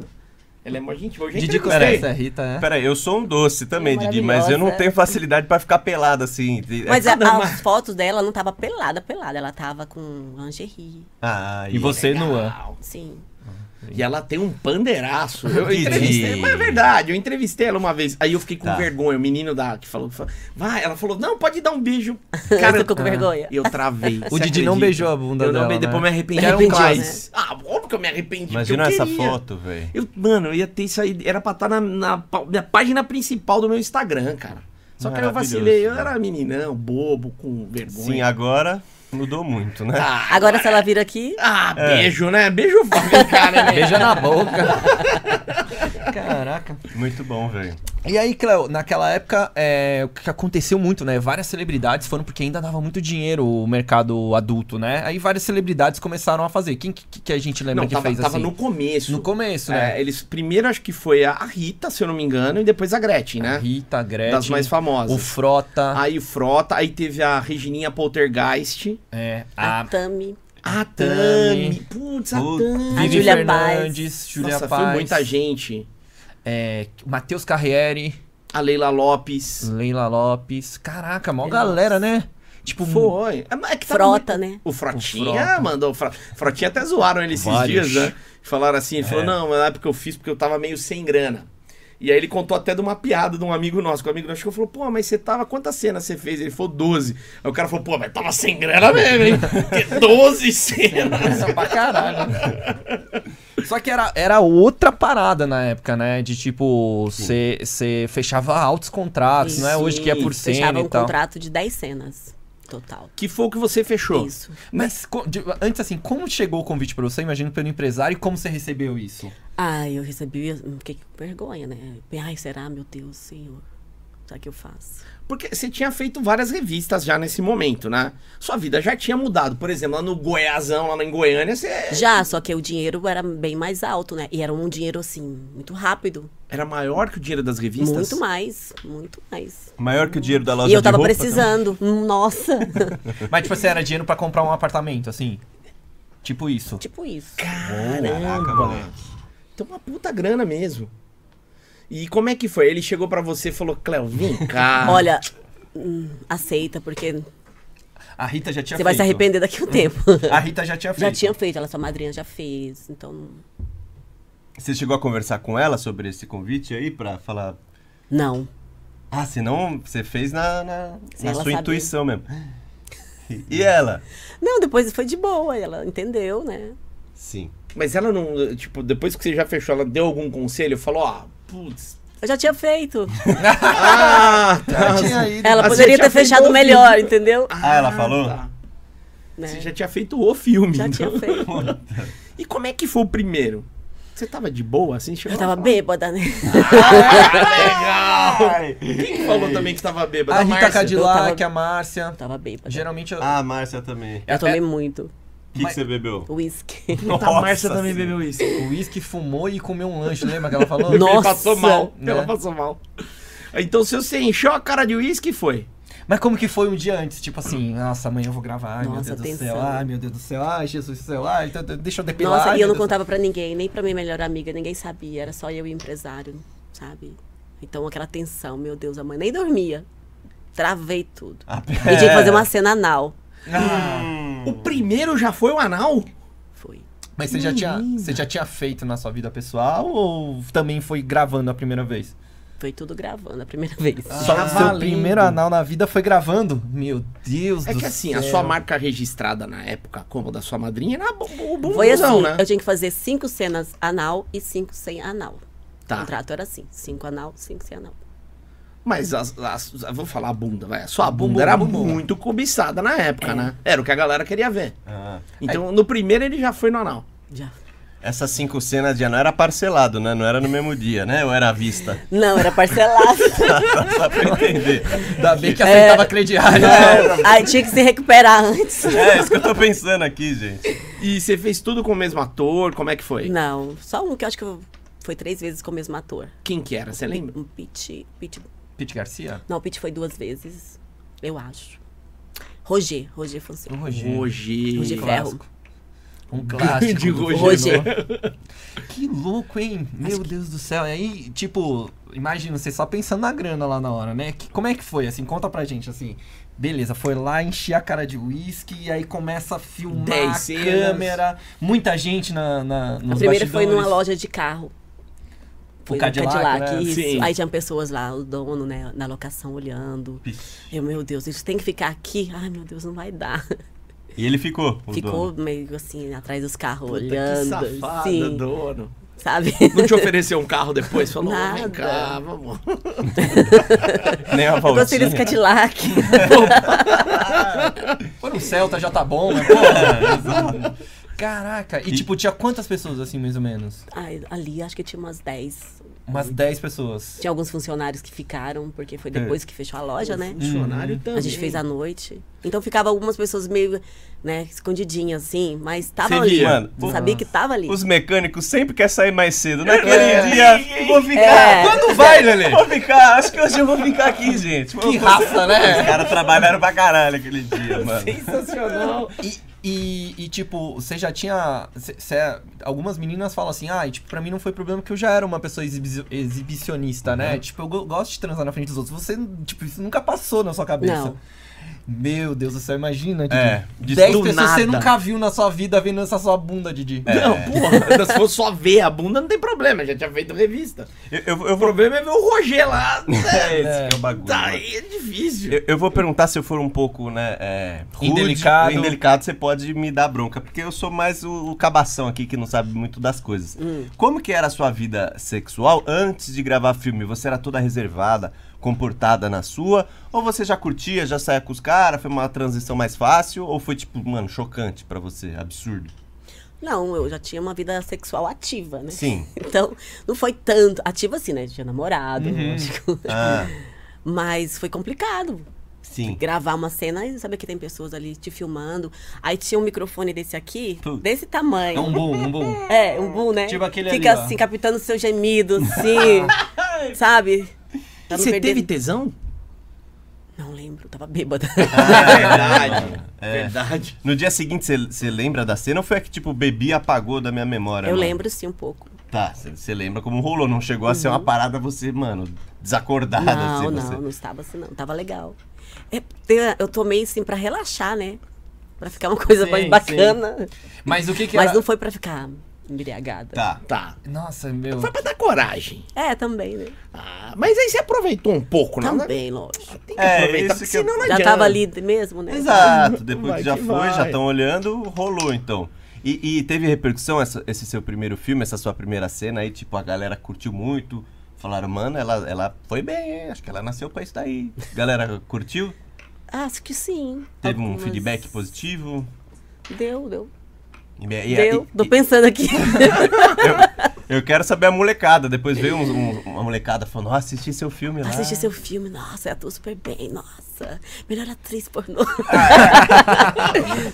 Speaker 1: Ela é mó gente boa. Eu já
Speaker 2: Didi
Speaker 1: entrevistei.
Speaker 2: Costé, essa Rita, é.
Speaker 3: Peraí, eu sou um doce também,
Speaker 4: É
Speaker 3: Didi, mas eu não
Speaker 4: maravilhosa.
Speaker 3: tenho facilidade pra ficar pelado assim. É-
Speaker 4: Mas a-
Speaker 1: cada uma.
Speaker 4: as fotos dela não tava pelada, pelada. Ela tava com lingerie.
Speaker 3: Ah,
Speaker 2: E você nua.
Speaker 1: Legal.
Speaker 4: Sim.
Speaker 1: E ela tem um pandeiraço. Eu
Speaker 3: Didi.
Speaker 1: entrevistei, mas é verdade, eu entrevistei ela uma vez. Aí eu fiquei com
Speaker 3: Tá.
Speaker 1: vergonha, o menino da que falou, falou, vai, ela falou, não, pode dar um beijo. Cara,
Speaker 4: [laughs] Cara, ficou com vergonha.
Speaker 1: eu travei.
Speaker 2: O
Speaker 1: você
Speaker 2: Didi não
Speaker 1: acredita?
Speaker 2: beijou a bunda
Speaker 1: eu não
Speaker 2: dela,
Speaker 1: beijei,
Speaker 2: né?
Speaker 1: depois me arrependi.
Speaker 2: Que era um
Speaker 1: Era um
Speaker 2: clássico.
Speaker 1: Ah, óbvio que eu me arrependi. porque
Speaker 3: Imagina
Speaker 1: eu
Speaker 3: essa
Speaker 1: queria.
Speaker 3: foto, velho.
Speaker 1: Eu, mano, eu ia ter isso aí, era pra estar na, na, pá- na página principal do meu Instagram, cara. Só que aí eu
Speaker 3: Maravilhoso,
Speaker 1: vacilei, eu
Speaker 3: né?
Speaker 1: era meninão, bobo, com vergonha.
Speaker 3: Sim, agora mudou muito, né?
Speaker 1: Ah,
Speaker 4: Agora, se ela vir aqui,
Speaker 1: ah,
Speaker 2: É.
Speaker 1: beijo, né? Beijo [laughs] vai, cara, né?
Speaker 2: Beija na
Speaker 1: [laughs]
Speaker 2: boca. Caraca.
Speaker 3: Muito bom, velho.
Speaker 2: E aí, Cleo, naquela época, é, o que aconteceu muito, né? Várias celebridades foram porque ainda dava muito dinheiro o mercado adulto, né? Aí várias celebridades começaram a fazer. Quem que, que a gente lembra
Speaker 1: Não,
Speaker 2: que
Speaker 1: tava,
Speaker 2: fez
Speaker 1: tava
Speaker 2: assim?
Speaker 1: no começo.
Speaker 2: No começo,
Speaker 1: É,
Speaker 2: né?
Speaker 1: eles primeiro acho que foi a Rita, se eu não me engano, e depois a Gretchen, né?
Speaker 2: Rita, Gretchen.
Speaker 1: Das mais famosas.
Speaker 2: O Frota.
Speaker 1: Aí o Frota, aí teve a Regininha Poltergeist,
Speaker 2: é,
Speaker 4: a
Speaker 2: a
Speaker 4: Tami.
Speaker 1: a
Speaker 2: Tami.
Speaker 1: Tami, putz, a
Speaker 3: Puta.
Speaker 1: Tami.
Speaker 4: A
Speaker 2: Vivi
Speaker 4: Júlia
Speaker 2: Fernandes, Júlia
Speaker 1: Nossa,
Speaker 2: Paz.
Speaker 1: foi muita gente.
Speaker 2: É, Matheus Carriere,
Speaker 1: A Leila Lopes.
Speaker 2: Leila Lopes. Caraca, mó
Speaker 4: Leila
Speaker 2: galera, né? Tipo,
Speaker 1: Foi. É, mas é que tava
Speaker 4: Frota,
Speaker 1: muito-
Speaker 4: né?
Speaker 1: O Frotinha
Speaker 2: O Frota.
Speaker 1: mandou. Fro... Frotinha até zoaram ele esses
Speaker 2: Vários. É.
Speaker 1: dias, né? Falaram assim, ele falou, não, mas na época eu fiz porque eu tava meio sem grana. E aí ele contou até de uma piada de um amigo nosso, que o amigo nosso chegou e falou, pô, mas você tava, quantas cenas você fez? Ele falou, 12. Aí o cara falou, pô, mas tava sem grana mesmo, hein?
Speaker 2: [laughs]
Speaker 1: Porque 12 cenas.
Speaker 2: Nossa, pra caralho. Só que era, era outra parada na época, né? De tipo, você fechava altos contratos, não é
Speaker 1: Sim,
Speaker 2: hoje que é por cena
Speaker 4: Fechava
Speaker 2: e
Speaker 4: um
Speaker 2: tal.
Speaker 4: contrato de 10 cenas. Total.
Speaker 1: Que foi o que você fechou.
Speaker 4: Isso.
Speaker 2: Mas co- de- antes assim, como chegou o convite pra você? Imagino pelo empresário e como você recebeu isso?
Speaker 4: Ai, Ah, eu recebi. Fiquei com vergonha, né? Ai, será, meu Deus, senhor? Será que eu faço?
Speaker 1: Porque você tinha feito várias revistas já nesse momento, né? Sua vida já tinha mudado. Por exemplo, lá no Goiazão, lá em Goiânia,
Speaker 2: É.
Speaker 1: você
Speaker 4: Já, só que o dinheiro era bem mais alto, né? E era um dinheiro, assim, muito rápido.
Speaker 1: era maior que o dinheiro das revistas?
Speaker 4: Muito mais, muito mais.
Speaker 3: Maior que o dinheiro da loja
Speaker 4: E eu
Speaker 3: de
Speaker 4: tava
Speaker 3: roupa,
Speaker 4: precisando. Nossa!
Speaker 2: [laughs] Mas tipo assim, era dinheiro pra comprar um apartamento, assim? Tipo isso.
Speaker 4: tipo isso.
Speaker 3: também. Caraca, moleque.
Speaker 1: Então, uma puta grana mesmo. E como é que foi? Ele chegou pra você e falou, Cléo,
Speaker 3: [laughs]
Speaker 1: vem
Speaker 2: Ah.
Speaker 1: cá.
Speaker 4: Olha, hum, aceita, porque
Speaker 2: A Rita já tinha
Speaker 4: você vai se
Speaker 2: feito.
Speaker 4: arrepender daqui a
Speaker 2: [laughs]
Speaker 4: um tempo.
Speaker 2: A Rita já tinha feito.
Speaker 4: já tinha feito, ela sua madrinha já fez, então.
Speaker 3: Você chegou a conversar com ela sobre esse convite aí pra falar.
Speaker 4: Não.
Speaker 3: Ah, senão você fez na, na,
Speaker 4: Se
Speaker 3: na
Speaker 4: ela
Speaker 3: sua
Speaker 4: sabia.
Speaker 3: intuição mesmo. E ela?
Speaker 4: Não, depois foi de boa, ela entendeu, né?
Speaker 3: Sim.
Speaker 1: Mas ela não, tipo, depois que você já fechou, ela deu algum conselho? Falou, ó,
Speaker 3: [laughs]
Speaker 1: putz.
Speaker 4: Eu já tinha feito.
Speaker 1: Ah, tá.
Speaker 4: Ela
Speaker 1: Mas
Speaker 4: poderia
Speaker 1: você já
Speaker 4: ter
Speaker 1: fez
Speaker 4: fechado
Speaker 1: o
Speaker 4: melhor,
Speaker 1: filme.
Speaker 4: entendeu?
Speaker 3: Ah, ela falou?
Speaker 1: tá.
Speaker 4: Né?
Speaker 1: Você já tinha feito o filme.
Speaker 4: Já
Speaker 1: então.
Speaker 4: tinha feito.
Speaker 1: [laughs] E como é que foi o primeiro? Você tava de boa, assim? Chegou
Speaker 4: Eu
Speaker 1: a
Speaker 4: tava
Speaker 1: falar?
Speaker 4: bêbada, né?
Speaker 1: Legal!
Speaker 3: Ai.
Speaker 1: "Ah, Quem falou também que tava bêbada?
Speaker 3: tá
Speaker 2: A Rita
Speaker 1: Márcia.
Speaker 2: Cadillac,
Speaker 4: Eu tava-
Speaker 2: a Márcia.
Speaker 4: Eu tava bêbada.
Speaker 2: Geralmente eu...
Speaker 3: Ah, a Márcia também.
Speaker 2: é-
Speaker 4: Eu tomei muito
Speaker 3: O que, que você bebeu?
Speaker 1: [laughs]
Speaker 4: uísque.
Speaker 1: Puta, a Márcia
Speaker 3: Nossa
Speaker 1: também
Speaker 3: Senhora.
Speaker 1: bebeu isso.
Speaker 2: O uísque fumou e comeu um lanche, lembra que ela falou?
Speaker 4: Nossa.
Speaker 1: Ele passou mal.
Speaker 2: Né?
Speaker 1: Ela passou mal. Então, se você encheu a cara de uísque, foi.
Speaker 2: Mas como que foi um dia antes? Tipo assim, nossa, amanhã eu vou gravar, ai meu
Speaker 4: Nossa,
Speaker 2: Deus do
Speaker 4: tensão.
Speaker 2: céu, ai meu Deus do céu, ai Jesus do céu, ai, então, deixa eu depilar.
Speaker 4: [laughs] Nossa,
Speaker 2: ai,
Speaker 4: e
Speaker 2: meu
Speaker 4: eu não
Speaker 2: Deus do
Speaker 4: contava pra ninguém, nem pra minha melhor amiga, ninguém sabia. Era só eu e o empresário, sabe? Então aquela tensão, meu Deus, a mãe nem dormia. Travei tudo.
Speaker 3: Ah,
Speaker 4: E
Speaker 1: É.
Speaker 4: tinha que fazer uma cena anal.
Speaker 2: céu. Ah,
Speaker 1: O primeiro já foi o anal?
Speaker 4: Foi.
Speaker 2: mas você já, tinha, você já tinha feito na sua vida pessoal ou também foi gravando a primeira vez?
Speaker 4: Foi tudo gravando a primeira vez.
Speaker 2: Só
Speaker 1: já
Speaker 2: o Ah. seu
Speaker 1: Ah, valendo.
Speaker 2: primeiro anal na vida foi gravando? Meu Deus
Speaker 1: É
Speaker 2: do
Speaker 1: que assim,
Speaker 2: céu.
Speaker 1: a sua marca registrada na época, como a da sua madrinha, era bu- bu- bu-
Speaker 4: Foi assim,
Speaker 1: buzão, né?
Speaker 4: eu tinha que fazer cinco cenas anal e cinco sem anal. O
Speaker 1: Tá.
Speaker 4: contrato era assim, cinco anal, cinco sem anal.
Speaker 1: Mas as, as- as- vamos falar a bunda, vai. A sua bunda
Speaker 2: Bumbum,
Speaker 1: era
Speaker 2: bumbum.
Speaker 1: muito cobiçada na
Speaker 2: É.
Speaker 1: época, né? Era o que a galera queria ver.
Speaker 3: [laughs] Ah.
Speaker 1: Então, no primeiro ele já foi no anal.
Speaker 4: Já.
Speaker 3: Essas cinco cenas de não era parcelado, né? Não era no mesmo dia, né? Ou era à vista? [laughs]
Speaker 4: Não, era parcelado.
Speaker 3: Só pra entender.
Speaker 2: Ainda bem que aceitava crediário.
Speaker 4: É. Aí tinha que se recuperar antes.
Speaker 3: É, isso que eu tô pensando aqui, gente.
Speaker 1: E você fez tudo com o mesmo ator? Como é que foi?
Speaker 4: Não, só um que eu acho que eu- foi três vezes com o mesmo ator.
Speaker 1: Quem que era? Você lembra?
Speaker 4: Um Pete. Pete
Speaker 2: Pete Garcia?
Speaker 4: não, o Pete foi duas vezes, eu acho. Roger, Roger Fonseca.
Speaker 2: O Rogério.
Speaker 1: Hoje.
Speaker 4: Roger
Speaker 2: clássico. Um
Speaker 1: Grande
Speaker 2: clássico. do
Speaker 1: Rogério.
Speaker 4: Roger.
Speaker 2: Que louco, hein? Meu Deus do céu. E aí, tipo, imagina, você só pensando na grana lá na hora, né? Que- como é que foi? Assim, conta pra gente, assim. Beleza, foi lá, enchi a cara de uísque, e aí começa a filmar
Speaker 1: Dez
Speaker 2: a
Speaker 1: cenas.
Speaker 2: câmera, muita gente na, na, nos
Speaker 4: A primeira foi
Speaker 2: bastidores.
Speaker 4: numa loja de carro. Foi no
Speaker 2: Cadillac, né?
Speaker 4: isso.
Speaker 1: Sim.
Speaker 4: Aí tinha pessoas lá, o dono, né, na locação olhando. Eu, meu Deus, eles têm que ficar aqui. Ai, meu Deus, não vai dar.
Speaker 3: E ele ficou. o
Speaker 4: Ficou
Speaker 3: dono.
Speaker 4: meio assim, atrás dos carros,
Speaker 1: Puta, que
Speaker 4: olhando.
Speaker 1: safada,
Speaker 4: assim,
Speaker 1: dono.
Speaker 4: Sabe?
Speaker 1: Não te ofereceu um carro depois? Falou, "Ô, vem
Speaker 4: Nada.
Speaker 1: cá, vamos.
Speaker 3: Nem uma
Speaker 4: Eu gostei desse
Speaker 3: voltinha.
Speaker 4: Cadillac.
Speaker 2: Foi no Celta, já tá bom, né? Porra. Caraca, e, tipo, tinha quantas pessoas, assim, mais ou menos?
Speaker 4: Ai, ali acho que tinha umas 10.
Speaker 2: Umas 10 pessoas.
Speaker 4: Tinha alguns funcionários que ficaram, porque foi depois que fechou a loja, né?
Speaker 1: Funcionário também.
Speaker 4: A gente fez à noite. Então ficava algumas pessoas meio, né, escondidinhas assim, mas tava
Speaker 3: Você
Speaker 4: ali.
Speaker 3: via? Mano,
Speaker 4: Você sabia que tava ali.
Speaker 3: Os mecânicos sempre querem sair mais cedo. Naquele
Speaker 2: É.
Speaker 3: dia, vou ficar.
Speaker 4: É.
Speaker 2: Ah,
Speaker 3: Quando vai, Lelê? Vou ficar. Acho que hoje eu vou ficar aqui, gente.
Speaker 2: Que raça, né?
Speaker 3: Os caras trabalharam pra caralho aquele dia, mano.
Speaker 1: Sensacional.
Speaker 2: E, e- e, tipo, você já tinha. cê- cê é- algumas meninas falam assim, ah, e, tipo, pra mim não foi problema porque eu já era uma pessoa exibi- exibicionista, né? Tipo, eu go- gosto de transar na frente dos outros. Você, tipo, isso nunca passou na sua cabeça.
Speaker 4: Não.
Speaker 2: Meu Deus do céu, imagina, Didi.
Speaker 3: É, de
Speaker 2: 10
Speaker 1: do
Speaker 2: pessoas você
Speaker 1: nada. É.
Speaker 2: nunca viu na sua vida vendo essa sua bunda, Didi.
Speaker 1: Não, porra, [laughs] se for só ver a bunda, não tem problema, já tinha feito revista.
Speaker 3: Eu, eu, eu
Speaker 1: O
Speaker 3: vou.
Speaker 1: problema é ver o Roger
Speaker 3: [laughs]
Speaker 1: lá. né?
Speaker 3: É, esse que é o bagulho.
Speaker 1: Tá,
Speaker 3: mano.
Speaker 1: aí é difícil.
Speaker 3: Eu, eu vou perguntar se eu for um pouco, né, é, rude,
Speaker 2: Indelicado.
Speaker 3: indelicado, você pode me dar bronca, porque eu sou mais o, o cabação aqui que não sabe muito das
Speaker 4: Hum.
Speaker 3: coisas. Como que era a sua vida sexual antes de gravar filme? Você era toda reservada? comportada na sua? Ou você já curtia, já saía com os caras, foi uma transição mais fácil? Ou foi, tipo, mano, chocante pra você, absurdo?
Speaker 4: [laughs] Não, eu já tinha uma vida sexual ativa, né?
Speaker 3: Sim.
Speaker 4: Então, não foi tanto. Ativa assim, né? Tinha namorado,
Speaker 2: Uhum.
Speaker 4: lógico.
Speaker 3: Ah,
Speaker 4: Mas foi complicado.
Speaker 3: sim.
Speaker 4: Gravar uma cena e saber que tem pessoas ali te filmando. Aí tinha um microfone desse aqui,
Speaker 3: Putz.
Speaker 4: desse
Speaker 2: É um
Speaker 4: tamanho.
Speaker 2: boom, um boom.
Speaker 4: [laughs] É, um boom, né?
Speaker 2: Tipo aquele
Speaker 4: Fica
Speaker 2: ali, ó.
Speaker 4: assim, captando seu gemido, assim. sabe? Pra não
Speaker 1: Você
Speaker 4: perder-
Speaker 1: teve tesão?
Speaker 4: Não lembro, tava bêbada.
Speaker 1: É
Speaker 3: Ah,
Speaker 1: Ah,
Speaker 3: é.
Speaker 1: verdade. Verdade.
Speaker 3: No dia seguinte, você- você lembra da cena ou foi a que, tipo, bebi e apagou da minha memória?
Speaker 4: eu
Speaker 3: mano?
Speaker 4: lembro sim um pouco.
Speaker 3: Tá, você lembra como rolou, não chegou a ser uma parada você, mano, desacordada.
Speaker 4: Uhum. Não,
Speaker 3: assim,
Speaker 4: não,
Speaker 3: você...
Speaker 4: não estava assim, não. Tava legal. É, tem- eu tomei, assim, pra relaxar, né? Pra ficar uma coisa
Speaker 2: Sim,
Speaker 4: mais bacana.
Speaker 2: Mas o que que
Speaker 4: Mas
Speaker 2: era...
Speaker 4: não foi pra ficar embriagada.
Speaker 3: Tá.
Speaker 1: Tá.
Speaker 2: Nossa, meu...
Speaker 1: Foi pra dar coragem.
Speaker 4: É, também, né?
Speaker 1: Ah, mas aí você aproveitou um pouco, né?
Speaker 4: Também, lógico.
Speaker 1: Tem que
Speaker 3: É,
Speaker 1: aproveitar,
Speaker 3: isso
Speaker 1: porque
Speaker 3: que eu-
Speaker 1: senão não
Speaker 4: Já
Speaker 1: adianta.
Speaker 4: tava ali mesmo, né?
Speaker 3: Exato, depois
Speaker 1: Vai
Speaker 3: que já
Speaker 1: que
Speaker 3: foi,
Speaker 1: vai.
Speaker 3: já estão olhando, rolou então. E, e teve repercussão essa- esse seu primeiro filme, essa sua primeira cena aí, tipo, a galera curtiu muito. Falaram, mano, ela, ela foi bem, hein? acho que ela nasceu pra isso daí. Galera, curtiu?
Speaker 4: Acho que sim.
Speaker 3: Teve um
Speaker 4: Algumas-
Speaker 3: feedback positivo?
Speaker 4: Deu, deu.
Speaker 3: E- e-
Speaker 4: deu.
Speaker 3: e-
Speaker 4: Tô pensando aqui.
Speaker 3: Eu quero saber a molecada. Depois veio um- um- uma molecada falando, ó, assisti seu filme lá.
Speaker 4: Assisti seu filme, nossa, atua super bem, nossa. Melhor atriz [laughs] pornô.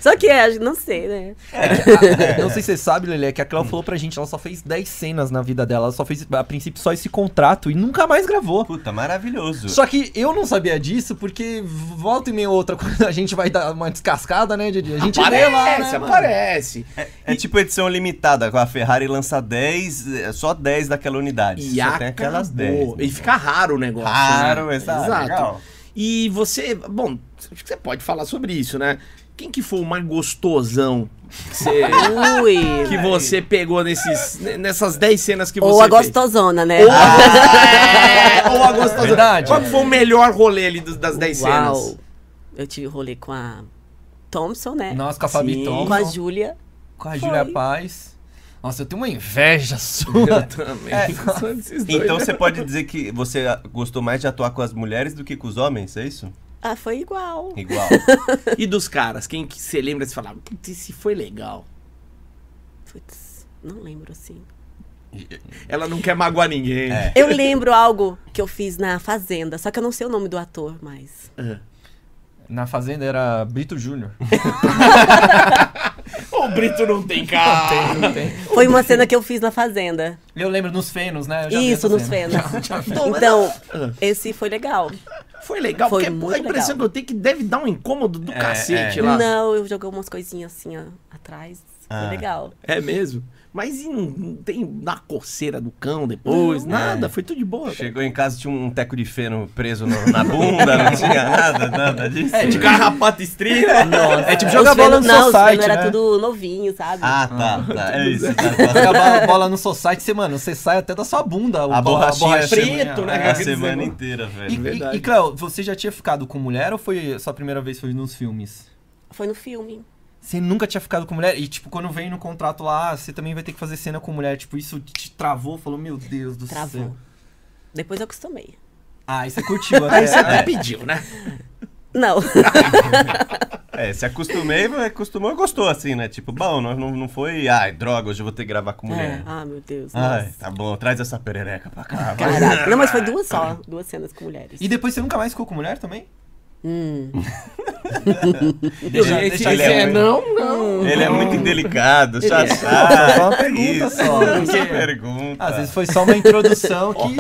Speaker 4: Só que é, não sei, né?
Speaker 2: [laughs] É, Não sei se você sabe, Lelê, que a Cléo falou pra gente, ela só fez 10 cenas na vida dela. Ela só fez, a princípio, só esse contrato e nunca mais gravou.
Speaker 3: Puta, maravilhoso.
Speaker 2: Só que eu não sabia disso, porque volta e meia ou outra, [laughs] quando a gente vai dar uma descascada, né, Didi? A gente vê lá, né,
Speaker 1: Aparece,
Speaker 2: mano?
Speaker 1: aparece.
Speaker 3: É tipo edição limitada, com a Ferrari lança 10, é só 10 daquela unidade.
Speaker 1: E
Speaker 3: só tem aquelas né? 10.
Speaker 1: acabou. E fica raro o negócio.
Speaker 3: raro,
Speaker 1: né?
Speaker 3: exato. é legal.
Speaker 1: E você, bom, acho que você pode falar sobre isso, né? Quem que foi o mais gostosão que você,
Speaker 3: [laughs]
Speaker 4: Ui.
Speaker 1: que você pegou nesses, nessas 10 cenas que
Speaker 4: Ou
Speaker 1: você
Speaker 4: a
Speaker 1: fez?
Speaker 4: gostosona, né? [laughs]
Speaker 1: É, ou a gostosona.
Speaker 2: Verdade.
Speaker 1: Qual que foi o melhor rolê ali dos- das 10
Speaker 4: Uau. [laughs]
Speaker 1: cenas?
Speaker 4: Eu tive rolê com a Thompson, né?
Speaker 2: Nossa, com a Fabi
Speaker 1: Sim.
Speaker 2: Thompson,
Speaker 4: Com a Júlia.
Speaker 2: com a
Speaker 4: Foi.
Speaker 2: Júlia Paz. Nossa, eu tenho uma inveja [laughs] sua.
Speaker 1: Também.
Speaker 3: É,
Speaker 1: Só esses dois,
Speaker 3: Então
Speaker 1: né?
Speaker 3: você pode dizer que você gostou mais de atuar com as mulheres do que com os homens, é isso?
Speaker 4: Ah, foi igual.
Speaker 3: Igual.
Speaker 1: E dos caras, quem que você lembra de falar, putz, esse foi legal.
Speaker 4: Putz, não lembro assim.
Speaker 2: [laughs]
Speaker 1: Ela não quer magoar ninguém.
Speaker 3: É.
Speaker 1: [laughs]
Speaker 4: Eu lembro algo que eu fiz na Fazenda, só que eu não sei o nome do ator mais.
Speaker 1: Ah.
Speaker 2: Na Fazenda era Brito Júnior.
Speaker 1: O Brito não tem cara. [laughs]
Speaker 4: Foi uma cena que eu fiz na Fazenda.
Speaker 2: Eu lembro nos Fenos, né? Eu já vi
Speaker 4: Isso,
Speaker 2: essa
Speaker 4: nos
Speaker 2: cena.
Speaker 4: Fenas. Então, esse foi legal.
Speaker 1: ah, Foi legal,
Speaker 4: Foi
Speaker 1: porque
Speaker 4: muito
Speaker 1: a impressão
Speaker 4: legal.
Speaker 1: que eu tenho é que deve dar um incômodo do
Speaker 3: É,
Speaker 1: cacete
Speaker 3: é.
Speaker 1: lá.
Speaker 4: Não, eu joguei umas coisinhas assim ó, atrás.
Speaker 3: Ah.
Speaker 4: Foi legal.
Speaker 1: É mesmo? Mas e não, não tem na coceira do cão depois, nada, foi tudo de boa. cara.
Speaker 3: Chegou em casa, tinha um teco de feno preso no- na bunda, não tinha nada, nada disso.
Speaker 2: É,
Speaker 1: De garrapata estrita.
Speaker 2: É tipo
Speaker 4: Os
Speaker 2: jogar bola no
Speaker 4: Feno- Não, os
Speaker 2: society,
Speaker 4: Feno era
Speaker 2: né?
Speaker 4: tudo novinho, sabe?
Speaker 3: Ah, tá, tá. É isso. tá, tá.
Speaker 2: Jogar bo- bola no society, você, mano, você sai até da sua bunda. o
Speaker 3: A
Speaker 2: bo-
Speaker 3: borrachinha
Speaker 1: preto,
Speaker 2: é.
Speaker 1: né,
Speaker 3: A
Speaker 1: cara?
Speaker 3: semana inteira, velho.
Speaker 2: E, e,
Speaker 1: é Verdade.
Speaker 2: e Cléo, você já tinha ficado com mulher ou foi sua primeira vez foi nos filmes?
Speaker 4: Foi no filme.
Speaker 2: Você nunca tinha ficado com mulher? E, tipo, quando vem no contrato lá, ah, você também vai ter que fazer cena com mulher. Tipo, isso te travou? Falou, meu Deus do
Speaker 4: Travou.
Speaker 2: céu.
Speaker 4: Depois eu acostumei.
Speaker 2: Ah, e você [laughs] curtiu até.
Speaker 1: Aí você até
Speaker 2: né?
Speaker 1: pediu, né?
Speaker 4: Não.
Speaker 3: É, se acostumei, mas acostumou e gostou, assim, né? Tipo, bom, não, não, não foi, ai, droga, hoje eu vou ter que gravar com mulher.
Speaker 4: É. [laughs] Ah, meu Deus.
Speaker 3: Ai,
Speaker 4: nossa.
Speaker 3: tá bom, traz essa perereca pra
Speaker 2: [laughs]
Speaker 3: cá. vai.
Speaker 4: Caraca. Não, mas foi duas só. Duas cenas com mulheres.
Speaker 2: E depois você nunca mais ficou com mulher também?
Speaker 4: Hum.
Speaker 2: Deixa- deixa
Speaker 1: ele
Speaker 3: ele
Speaker 1: é,
Speaker 3: aí.
Speaker 1: não, não.
Speaker 3: Ele é muito indelicado, chato. Ah,
Speaker 2: Nossa, é só uma pergunta
Speaker 3: isso,
Speaker 2: só,
Speaker 3: Só
Speaker 2: porque-
Speaker 3: pergunta.
Speaker 2: Ah,
Speaker 1: É.
Speaker 2: Às vezes foi só
Speaker 1: [laughs]
Speaker 2: uma introdução que.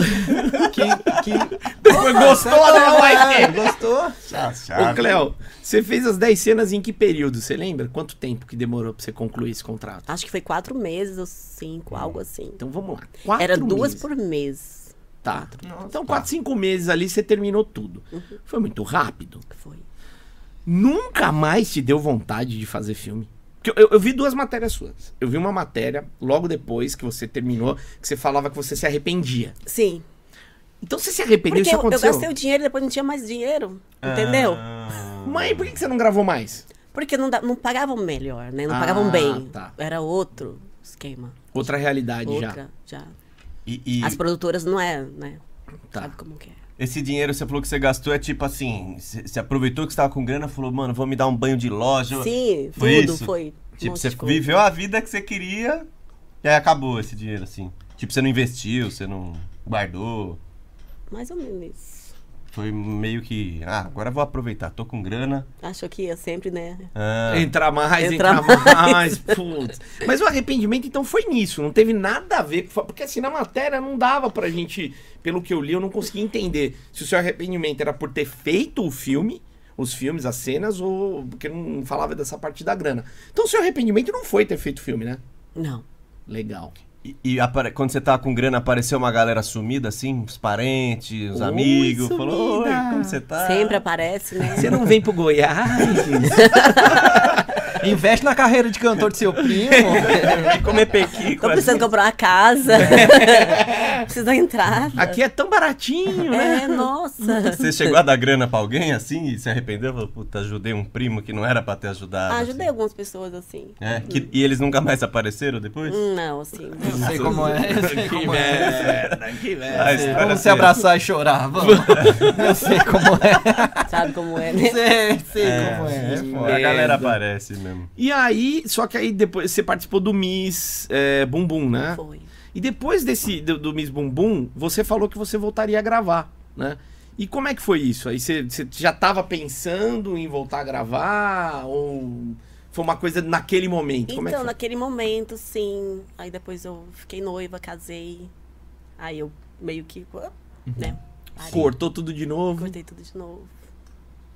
Speaker 2: que. que.
Speaker 1: Depois gostou, né? Vai
Speaker 2: É,
Speaker 1: ter.
Speaker 2: gostou?
Speaker 3: chato,
Speaker 1: Ô,
Speaker 3: chato.
Speaker 1: Cleo, você fez as 10 cenas em que período? Você lembra? Quanto tempo que demorou pra você concluir esse contrato?
Speaker 4: Acho que foi quatro meses ou cinco, algo assim.
Speaker 1: Então vamos lá. Quatro
Speaker 4: Era duas
Speaker 1: meses.
Speaker 4: por mês.
Speaker 1: Tá. Então, 4, 5 meses ali, você terminou tudo.
Speaker 4: Uhum.
Speaker 1: Foi muito rápido.
Speaker 4: Foi.
Speaker 1: Nunca mais te deu vontade de fazer filme? Porque eu, eu- eu vi duas matérias suas. Eu vi uma matéria logo depois que você terminou, que você falava que você se arrependia.
Speaker 4: Sim.
Speaker 1: Então você se arrependeu,
Speaker 4: Porque
Speaker 1: isso
Speaker 4: eu, eu
Speaker 1: aconteceu?
Speaker 4: gastei o dinheiro e depois não tinha mais dinheiro.
Speaker 3: né? Ah.
Speaker 4: Entendeu?
Speaker 1: Mãe, por que que você não gravou mais?
Speaker 4: Porque não, da- não pagavam melhor, né? Não
Speaker 1: Ah,
Speaker 4: pagavam bem.
Speaker 1: tá.
Speaker 4: Era outro esquema.
Speaker 1: Outra realidade já.
Speaker 4: Outra, já.
Speaker 3: E, e-
Speaker 4: As produtoras não é, né?
Speaker 1: Tá.
Speaker 4: Sabe como que é.
Speaker 3: Esse dinheiro que você falou que você gastou é tipo assim, c- você aproveitou que você tava com grana, falou, mano, vou me dar um banho de loja.
Speaker 4: Sim,
Speaker 3: Foi
Speaker 4: tudo,
Speaker 3: isso?
Speaker 4: foi. um
Speaker 3: Tipo,
Speaker 4: monte
Speaker 3: você
Speaker 4: de coisa.
Speaker 3: viveu a vida que você queria e aí acabou esse dinheiro, assim. Tipo, você não investiu, você não guardou.
Speaker 4: Mais ou menos isso.
Speaker 3: Foi meio que, ah, agora eu vou aproveitar, tô com grana.
Speaker 4: Achou que ia sempre, né?
Speaker 3: Ah,
Speaker 1: Entrar mais,
Speaker 4: Entrar
Speaker 1: entrar mais. putz. Mas o arrependimento, então, foi nisso. Não teve nada a ver com. Porque assim, na matéria não dava pra gente. Pelo que eu li, eu não conseguia entender se o seu arrependimento era por ter feito o filme, os filmes, as cenas, ou. Porque não falava dessa parte da grana. Então, o seu arrependimento não foi ter feito o filme, né?
Speaker 4: Não.
Speaker 1: Legal.
Speaker 3: E, e apare- quando você tava com grana, apareceu uma galera sumida, assim, os parentes, os
Speaker 1: Oi,
Speaker 3: amigos, falou, oi,
Speaker 1: sumida."
Speaker 3: como você tá?
Speaker 4: Sempre
Speaker 3: [laughs]
Speaker 4: aparece, né?
Speaker 1: Você não vem pro Goiás?
Speaker 2: Investe na carreira de cantor de
Speaker 1: [laughs]
Speaker 2: seu primo.
Speaker 3: Vem comer pequi com
Speaker 4: Tô
Speaker 3: a
Speaker 4: precisando
Speaker 3: gente.
Speaker 4: comprar uma casa. [laughs] Preciso da entrada.
Speaker 1: [laughs] Aqui é tão baratinho, né?
Speaker 4: É, nossa. [laughs]
Speaker 3: Você chegou a dar grana pra alguém, assim, e se arrependeu? Falou, puta, ajudei um primo que não era pra ter ajudado. assim.
Speaker 4: Ajudei algumas pessoas assim.
Speaker 3: É, que- e eles nunca mais apareceram depois?
Speaker 4: Não, assim.
Speaker 2: Eu sei como é, eu sei como é.
Speaker 1: que merda.
Speaker 3: Ah, isso
Speaker 2: Vamos
Speaker 3: parece-
Speaker 2: É, se abraçar e chorar, vamos. Eu sei como é.
Speaker 4: Sabe como é, né?
Speaker 2: Sei, sei
Speaker 3: É,
Speaker 2: como é.
Speaker 3: sim,
Speaker 2: pô.
Speaker 3: a galera
Speaker 1: Merda.
Speaker 3: aparece mesmo.
Speaker 1: E aí, só que aí depois você participou do Miss é, Bumbum, né?
Speaker 4: Foi.
Speaker 1: E depois desse do, do Miss Bumbum, você falou que você voltaria a gravar, né? E como é que foi isso? Aí você, você já tava pensando em voltar a gravar? Ou foi uma coisa naquele momento? como é que
Speaker 4: Então,
Speaker 1: foi?
Speaker 4: naquele momento, sim. Aí depois eu fiquei noiva, casei. Aí eu meio que. Né? Parei.
Speaker 1: Cortou tudo de novo?
Speaker 4: Cortei tudo de novo.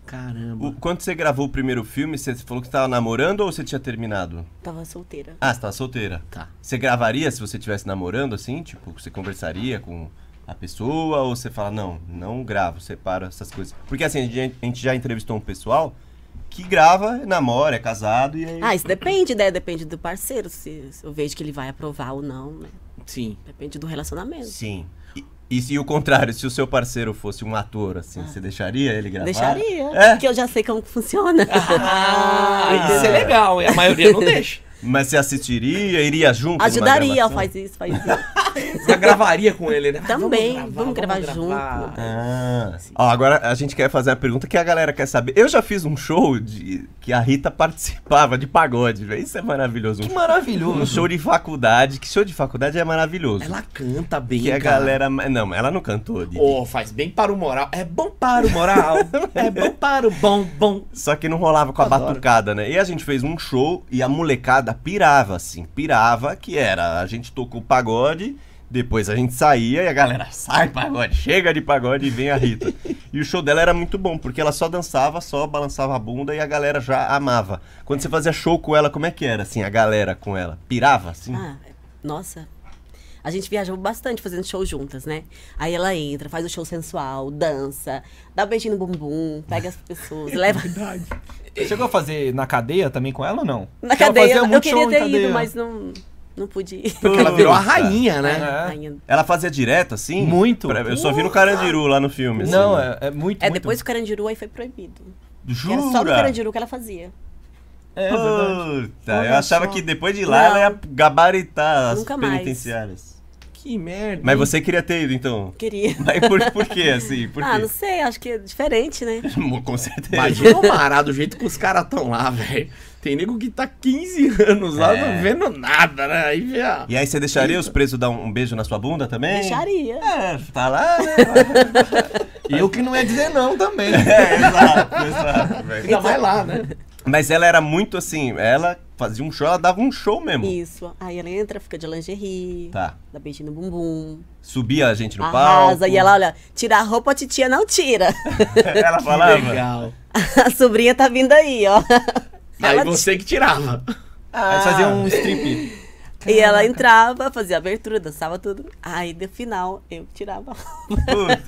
Speaker 1: Caramba.
Speaker 3: O- quando você gravou o primeiro filme, você falou que você tava namorando ou você tinha terminado?
Speaker 4: Tava solteira.
Speaker 3: Ah, você tava solteira.
Speaker 1: Tá.
Speaker 3: Você gravaria se você estivesse namorando, assim? Tipo, você conversaria com a pessoa ou você fala, não, não gravo, separa essas coisas? Porque assim, a gente, a gente já entrevistou um pessoal que grava, namora, é casado e aí...
Speaker 4: Ah, isso depende, né? Depende do parceiro. Se se eu vejo que ele vai aprovar ou não, né?
Speaker 1: Sim.
Speaker 4: Depende do relacionamento.
Speaker 3: Sim. E, e se o contrário, se o seu parceiro fosse um ator, assim, você deixaria ele gravar?
Speaker 4: Deixaria,
Speaker 3: É.
Speaker 4: porque eu já sei como que funciona.
Speaker 1: Ah, isso é legal. e A maioria não deixa.
Speaker 3: Mas você assistiria, iria junto? numa
Speaker 4: [laughs] Ajudaria, ó,
Speaker 3: gravação?
Speaker 4: faz isso, faz isso.
Speaker 1: Você gravaria com ele, né? Ah,
Speaker 4: Também, vamos gravar junto.
Speaker 3: Ah, ó, agora a gente quer fazer a pergunta que a galera quer saber. Eu já fiz um show de que a Rita [laughs] participava de pagode, velho. Isso é maravilhoso.
Speaker 2: Que
Speaker 3: Um, um
Speaker 2: maravilhoso.
Speaker 3: show de faculdade, que show de faculdade é maravilhoso.
Speaker 1: Ela canta bem,
Speaker 3: que a
Speaker 1: cara.
Speaker 3: galera, não, ela não cantou. Didi.
Speaker 1: Ô, faz bem para o moral. É bom para o moral. é bom para o bom,
Speaker 3: [laughs]
Speaker 1: bom.
Speaker 3: Só que não rolava com a
Speaker 1: Adoro.
Speaker 3: batucada, né? E a gente fez um show e a molecada pirava, assim, pirava, que era, a gente tocou pagode, depois a gente saía e a galera sai pagode, chega de pagode e vem
Speaker 1: [laughs]
Speaker 3: a Rita. e o show dela era muito bom, porque ela só dançava, só balançava a bunda e a galera já amava. Quando você fazia show com ela, como é que era, assim, a galera com ela? Pirava, assim?
Speaker 4: Ah, nossa. A gente viajou bastante fazendo show juntas, né? Aí ela entra, faz o show sensual, dança, dá um beijinho no bumbum, pega as pessoas, leva
Speaker 2: Chegou a fazer na cadeia também com ela ou não?
Speaker 4: na
Speaker 2: Ela
Speaker 4: cadeia.
Speaker 2: fazia
Speaker 4: Eu
Speaker 2: muito
Speaker 4: queria
Speaker 2: show em
Speaker 4: ter
Speaker 2: cadeia.
Speaker 4: ido, mas não, não pude ir.
Speaker 1: Porque ela virou a
Speaker 3: Puta.
Speaker 1: rainha, né?
Speaker 2: É.
Speaker 4: Ainda.
Speaker 3: Ela fazia direto, assim?
Speaker 2: Muito.
Speaker 3: Pra- Eu só vi no Carandiru lá no filme. assim,
Speaker 2: Não,
Speaker 3: né?
Speaker 2: é, é muito,
Speaker 4: É,
Speaker 2: muito.
Speaker 4: depois do Carandiru aí foi proibido. Que
Speaker 3: Jura?
Speaker 4: Era É só do Carandiru que ela fazia. [laughs]
Speaker 2: É verdade.
Speaker 3: Puta, eu
Speaker 1: Olha
Speaker 3: achava
Speaker 1: só.
Speaker 3: que depois de lá
Speaker 4: Não.
Speaker 3: ela ia gabaritar as
Speaker 4: Nunca mais.
Speaker 3: penitenciárias.
Speaker 1: Que merda.
Speaker 3: Mas
Speaker 1: hein?
Speaker 3: você queria ter ido, então? [laughs]
Speaker 4: Queria.
Speaker 3: Mas por, por quê, assim? Por
Speaker 4: Ah, não
Speaker 3: quê?
Speaker 4: sei, acho que é diferente, né?
Speaker 3: Com certeza.
Speaker 1: Imagina o Mará do jeito que os caras tão lá, velho. Tem nego que tá 15 anos lá
Speaker 3: É.
Speaker 1: não vendo nada, né? Aí vê a...
Speaker 3: E aí você deixaria os presos dar um, um beijo na sua bunda também?
Speaker 4: Deixaria.
Speaker 3: É, tá lá, né?
Speaker 2: Eu que não ia dizer não
Speaker 4: [laughs]
Speaker 2: também.
Speaker 3: É, exato, exato. velho.
Speaker 1: Ainda mais lá, né?
Speaker 3: Mas ela era muito assim, ela fazia um show, ela dava um show mesmo.
Speaker 4: Isso. Aí ela entra, fica de lingerie,
Speaker 3: Tá.
Speaker 4: dá beijinho no bumbum,
Speaker 3: Subia a gente no
Speaker 4: arrasa.
Speaker 3: palco.
Speaker 4: E ela, olha, tira a roupa, a titia não tira. [laughs]
Speaker 3: [laughs] ela
Speaker 1: Que
Speaker 3: falava.
Speaker 1: legal.
Speaker 4: A sobrinha tá vindo aí, ó.
Speaker 1: Aí
Speaker 4: Ela
Speaker 1: você que tirava.
Speaker 4: Ah.
Speaker 2: Aí fazia um strip.
Speaker 4: E ela entrava, fazia abertura, dançava tudo. Aí, no final, eu tirava.
Speaker 3: Putz,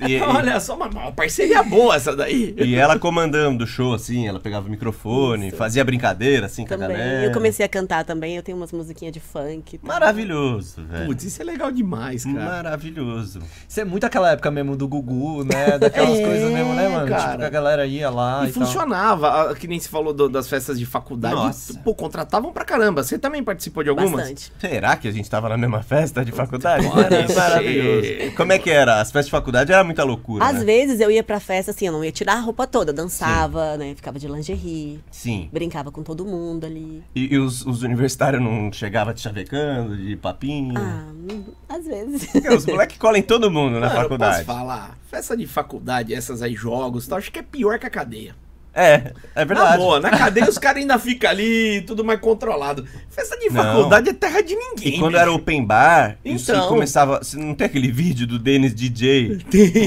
Speaker 1: [laughs]
Speaker 3: e- e-
Speaker 1: Olha só, uma, uma parceria boa essa daí.
Speaker 3: E ela comandando o show, assim, ela pegava o microfone, fazia brincadeira, assim, com a
Speaker 4: Também.
Speaker 3: galera.
Speaker 4: Eu comecei a cantar também. Eu tenho umas musiquinhas de funk. e tal.
Speaker 3: Maravilhoso, velho.
Speaker 1: Putz, isso é legal demais, cara.
Speaker 3: Maravilhoso.
Speaker 2: Isso é muito aquela época mesmo do Gugu, né? Daquelas
Speaker 1: É,
Speaker 2: coisas mesmo, né, mano?
Speaker 1: cara.
Speaker 2: Tipo, que a galera ia lá e,
Speaker 1: E
Speaker 3: então.
Speaker 1: funcionava, a- que nem se falou do- das festas de faculdade.
Speaker 3: Nossa.
Speaker 1: Pô, contratavam pra caramba. Você também participou de algumas?
Speaker 4: Bastante.
Speaker 3: Será que a gente tava na mesma festa de faculdade?
Speaker 1: Pode ser.
Speaker 3: Maravilhoso. Como é que era? As festas de faculdade era muita loucura,
Speaker 4: Às
Speaker 3: né?
Speaker 4: vezes eu ia pra festa, assim, eu não ia tirar a roupa toda, dançava, né? Ficava de lingerie,
Speaker 3: Sim.
Speaker 4: brincava com todo mundo ali.
Speaker 3: E, e os, os universitários não chegavam te chavecando, de
Speaker 2: É.
Speaker 3: papinho?
Speaker 4: Ah, hum, às vezes.
Speaker 3: Porque Os moleques colem todo mundo na
Speaker 1: Mano, Ah, eu posso
Speaker 3: faculdade.
Speaker 1: falar, festa de faculdade, essas aí, jogos e tal, acho que é pior que a cadeia.
Speaker 3: É, é
Speaker 1: Na
Speaker 3: verdade.
Speaker 1: boa, na cadeia os caras ainda ficam ali, tudo mais controlado. Festa de
Speaker 3: Não.
Speaker 1: faculdade é terra de ninguém.
Speaker 3: E quando era open bar,
Speaker 1: Então.
Speaker 3: então começava. Você não tem aquele vídeo do Denis DJ?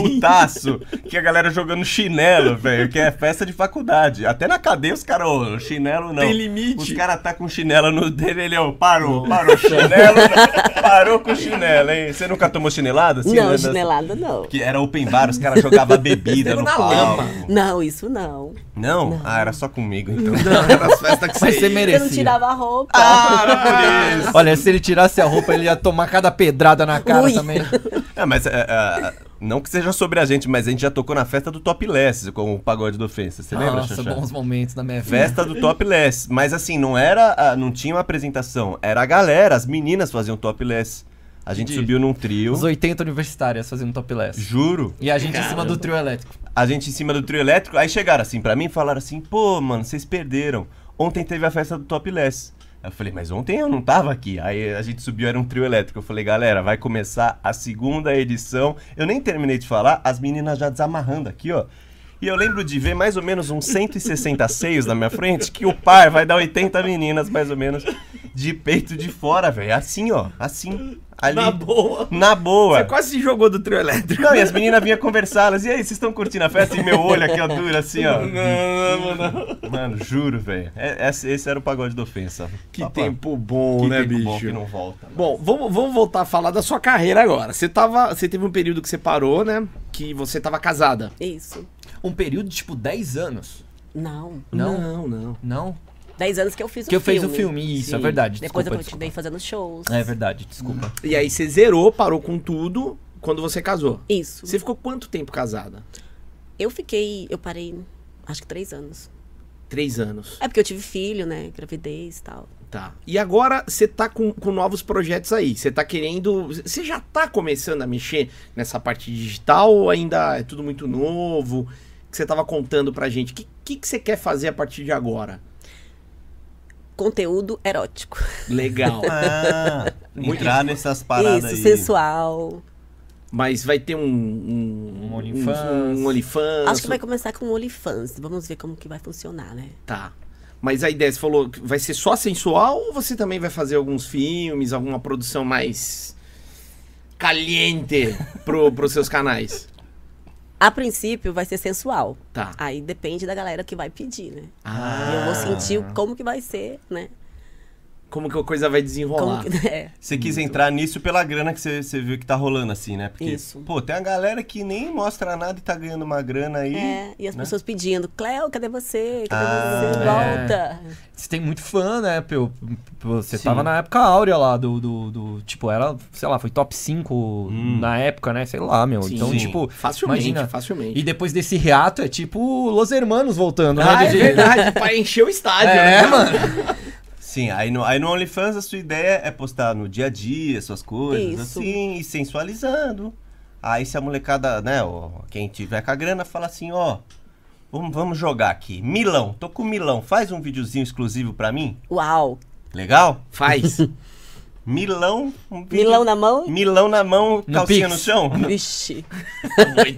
Speaker 3: Putaço, que a galera jogando chinelo, velho, que é festa de faculdade. Até na cadeia os caras, ô, chinelo não.
Speaker 1: Tem limite.
Speaker 3: Os caras tá com chinelo no dele, ele, ó, parou,
Speaker 1: [laughs]
Speaker 3: parou, chinelo, não. parou com chinelo, hein? Você nunca tomou chinelada? assim, né,
Speaker 2: é
Speaker 4: não,
Speaker 3: das-
Speaker 4: chinelada não.
Speaker 3: Que era open bar, os caras jogavam bebida
Speaker 1: [laughs] Pego
Speaker 3: no
Speaker 1: na
Speaker 3: palco.
Speaker 1: lama.
Speaker 4: Não, isso não.
Speaker 3: Não? Ah, era só comigo, então. [laughs]
Speaker 1: Aquelas festas que
Speaker 2: Mas você
Speaker 1: você...
Speaker 4: Eu não
Speaker 2: merecia. Ah.
Speaker 4: tirava a roupa.
Speaker 1: Ah,
Speaker 2: Olha, se ele tirasse a roupa, ele ia tomar cada pedrada na cara
Speaker 4: Ui. [laughs]
Speaker 2: também.
Speaker 3: É, mas é, é, não que seja sobre a gente, mas a gente já tocou na festa do Topless com o pagode do ofensa. Você lembra,
Speaker 2: Nossa,
Speaker 3: Xaxá?
Speaker 2: bons momentos na minha vida.
Speaker 3: Festa do Topless. Mas assim, não era. a- Não tinha uma apresentação. Era a galera, as meninas faziam Topless. A gente
Speaker 2: Entendi.
Speaker 3: subiu num trio.
Speaker 2: Os 80 universitárias fazendo topless.
Speaker 3: Juro.
Speaker 2: E a gente em cima do trio elétrico.
Speaker 3: A gente em cima do trio elétrico. Aí chegaram assim pra mim e falaram assim: pô, mano, vocês perderam. Ontem teve a festa do Topless. Aí Eu falei, mas ontem eu não tava aqui. Aí a gente subiu, era um trio elétrico. Eu falei, galera, vai começar a segunda edição. Eu nem terminei de falar, as meninas já desamarrando aqui, ó. E eu lembro de ver mais ou menos uns 160 seios na minha frente, que o par vai dar 80 meninas, mais ou menos, de peito de fora, velho. Assim, ó. Assim. Ali.
Speaker 1: Na boa.
Speaker 3: Na boa.
Speaker 1: Você quase se jogou do trio elétrico.
Speaker 3: Não, e as meninas vinham conversar, elas, e aí, vocês estão curtindo a festa? E meu olho aqui, ó, duro, assim, ó.
Speaker 1: Não, não, não.
Speaker 3: Mano, juro, velho. É- Esse, esse era o pagode da ofensa.
Speaker 1: Que
Speaker 3: Papai,
Speaker 1: tempo bom,
Speaker 3: que
Speaker 1: né,
Speaker 3: tempo
Speaker 1: bicho?
Speaker 3: bom que não volta.
Speaker 1: Bom, vamos, vamos voltar a falar da sua carreira agora. Você tava. Você teve um período que você parou, né? Que você tava casada.
Speaker 4: Isso.
Speaker 2: Um período de tipo 10 anos.
Speaker 4: Não.
Speaker 2: Não?
Speaker 1: não. não.
Speaker 2: Não?
Speaker 4: 10 anos que eu fiz o
Speaker 2: Que eu
Speaker 4: filme.
Speaker 2: fiz o filme, isso,
Speaker 1: Sim.
Speaker 2: é verdade.
Speaker 4: Depois eu
Speaker 2: desculpa,
Speaker 4: continuei fazendo shows.
Speaker 2: desculpa. É verdade, desculpa.
Speaker 1: E aí você zerou, parou com tudo quando você casou.
Speaker 4: Isso.
Speaker 1: Você ficou quanto tempo casada?
Speaker 4: Eu fiquei, eu parei, acho que três anos.
Speaker 1: Três anos.
Speaker 4: É porque eu tive filho, né? Gravidez e tal.
Speaker 1: Tá. E agora você tá com, com novos projetos aí. Você tá querendo. Você já tá começando a mexer nessa parte digital ou ainda é tudo muito novo? Que você tava contando pra gente. O que, que, que você quer fazer a partir de agora?
Speaker 4: Conteúdo erótico.
Speaker 1: Legal.
Speaker 3: Ah, entrar nessas paradas
Speaker 4: isso,
Speaker 3: aí.
Speaker 4: sensual.
Speaker 1: [laughs] Mas vai ter um. Um,
Speaker 2: Um OnlyFans.
Speaker 1: Um, um OnlyFans.
Speaker 4: Acho que vai começar com OnlyFans. Vamos ver como que vai funcionar, né?
Speaker 1: Tá. Mas a ideia, você falou que vai ser só sensual ou você também vai fazer alguns filmes, alguma produção mais. caliente pro, pros seus canais?
Speaker 4: A princípio vai ser sensual.
Speaker 1: Tá.
Speaker 4: Aí depende da galera que vai pedir, né?
Speaker 1: Ah,
Speaker 4: E eu vou sentir o- como que vai ser, né?
Speaker 1: como que a coisa vai
Speaker 4: Como
Speaker 1: desenrolar.
Speaker 4: que, [laughs] é.
Speaker 3: Você quis entrar nisso pela grana que você, você viu que tá rolando, assim, né? Porque,
Speaker 4: Isso.
Speaker 3: pô, tem a galera que nem mostra nada e tá ganhando uma grana aí.
Speaker 4: É, e as
Speaker 3: né?
Speaker 4: pessoas pedindo, Cléo, cadê você? Cadê
Speaker 3: Ah,
Speaker 4: você? Volta.
Speaker 2: Você tem muito fã, né, Pio? Você
Speaker 1: Sim.
Speaker 2: tava na época áurea lá do, do, do- Tipo, era, sei lá, foi top 5 na época, né? Sei lá, meu.
Speaker 1: Sim.
Speaker 2: então,
Speaker 3: Sim.
Speaker 2: tipo.
Speaker 1: Facilmente,
Speaker 2: imagina.
Speaker 1: facilmente.
Speaker 2: E depois desse reato é tipo Los Hermanos voltando,
Speaker 1: Ah,
Speaker 2: né?
Speaker 1: é
Speaker 2: Didi?
Speaker 1: verdade, pra encher o estádio,
Speaker 2: É,
Speaker 1: né?
Speaker 2: mano.
Speaker 3: Sim, aí no, aí no OnlyFans a sua ideia é postar no dia a dia suas coisas,
Speaker 4: Isso.
Speaker 3: assim, e sensualizando. Aí se a molecada, né, ó, quem tiver com a grana, fala assim, ó, vamos, vamos jogar aqui. Milão, tô com Milão, faz um videozinho exclusivo pra mim,
Speaker 4: Uau.
Speaker 3: legal?
Speaker 2: [laughs]
Speaker 1: Faz.
Speaker 3: Milão, um vídeo-
Speaker 4: Milão na mão?
Speaker 3: Milão na mão,
Speaker 2: No
Speaker 3: calcinha
Speaker 2: Pix.
Speaker 3: no
Speaker 1: [laughs]
Speaker 3: chão?
Speaker 4: Vixe.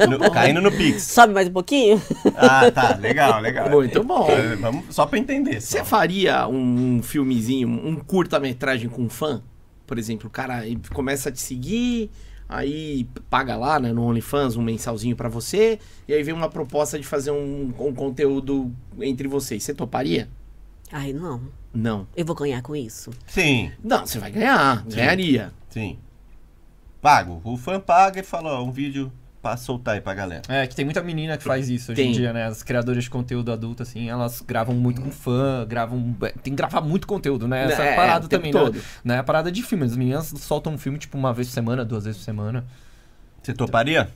Speaker 3: No- caindo no Pix.
Speaker 4: Sobe mais um pouquinho?
Speaker 3: Ah, tá, legal, legal.
Speaker 1: Muito bom.
Speaker 3: É, Vamos, só pra entender.
Speaker 1: Você
Speaker 3: Só.
Speaker 1: faria um, um filmezinho, um curta-metragem com um fã? Por exemplo, o cara ele começa a te seguir, aí paga lá né, no OnlyFans um mensalzinho pra você, e aí vem uma proposta de fazer um, um conteúdo entre vocês. Você toparia?
Speaker 4: Ai, não.
Speaker 1: Não.
Speaker 4: Eu vou ganhar com isso.
Speaker 3: Sim,
Speaker 1: Não, você vai ganhar, ganharia.
Speaker 3: sim. Pago. O fã paga e fala, ó, um vídeo pra soltar aí pra galera.
Speaker 2: É, que tem muita menina que faz isso hoje
Speaker 1: Tem.
Speaker 2: em dia, né? As criadoras de conteúdo adulto, assim, elas gravam muito com fã, gravam. é, Tem que gravar muito conteúdo, né? Essa
Speaker 1: É,
Speaker 2: parada
Speaker 1: o tempo
Speaker 2: também,
Speaker 1: todo.
Speaker 2: né? né? A parada de filme. As meninas soltam um filme, tipo, uma vez por semana, duas vezes por semana.
Speaker 3: Você toparia?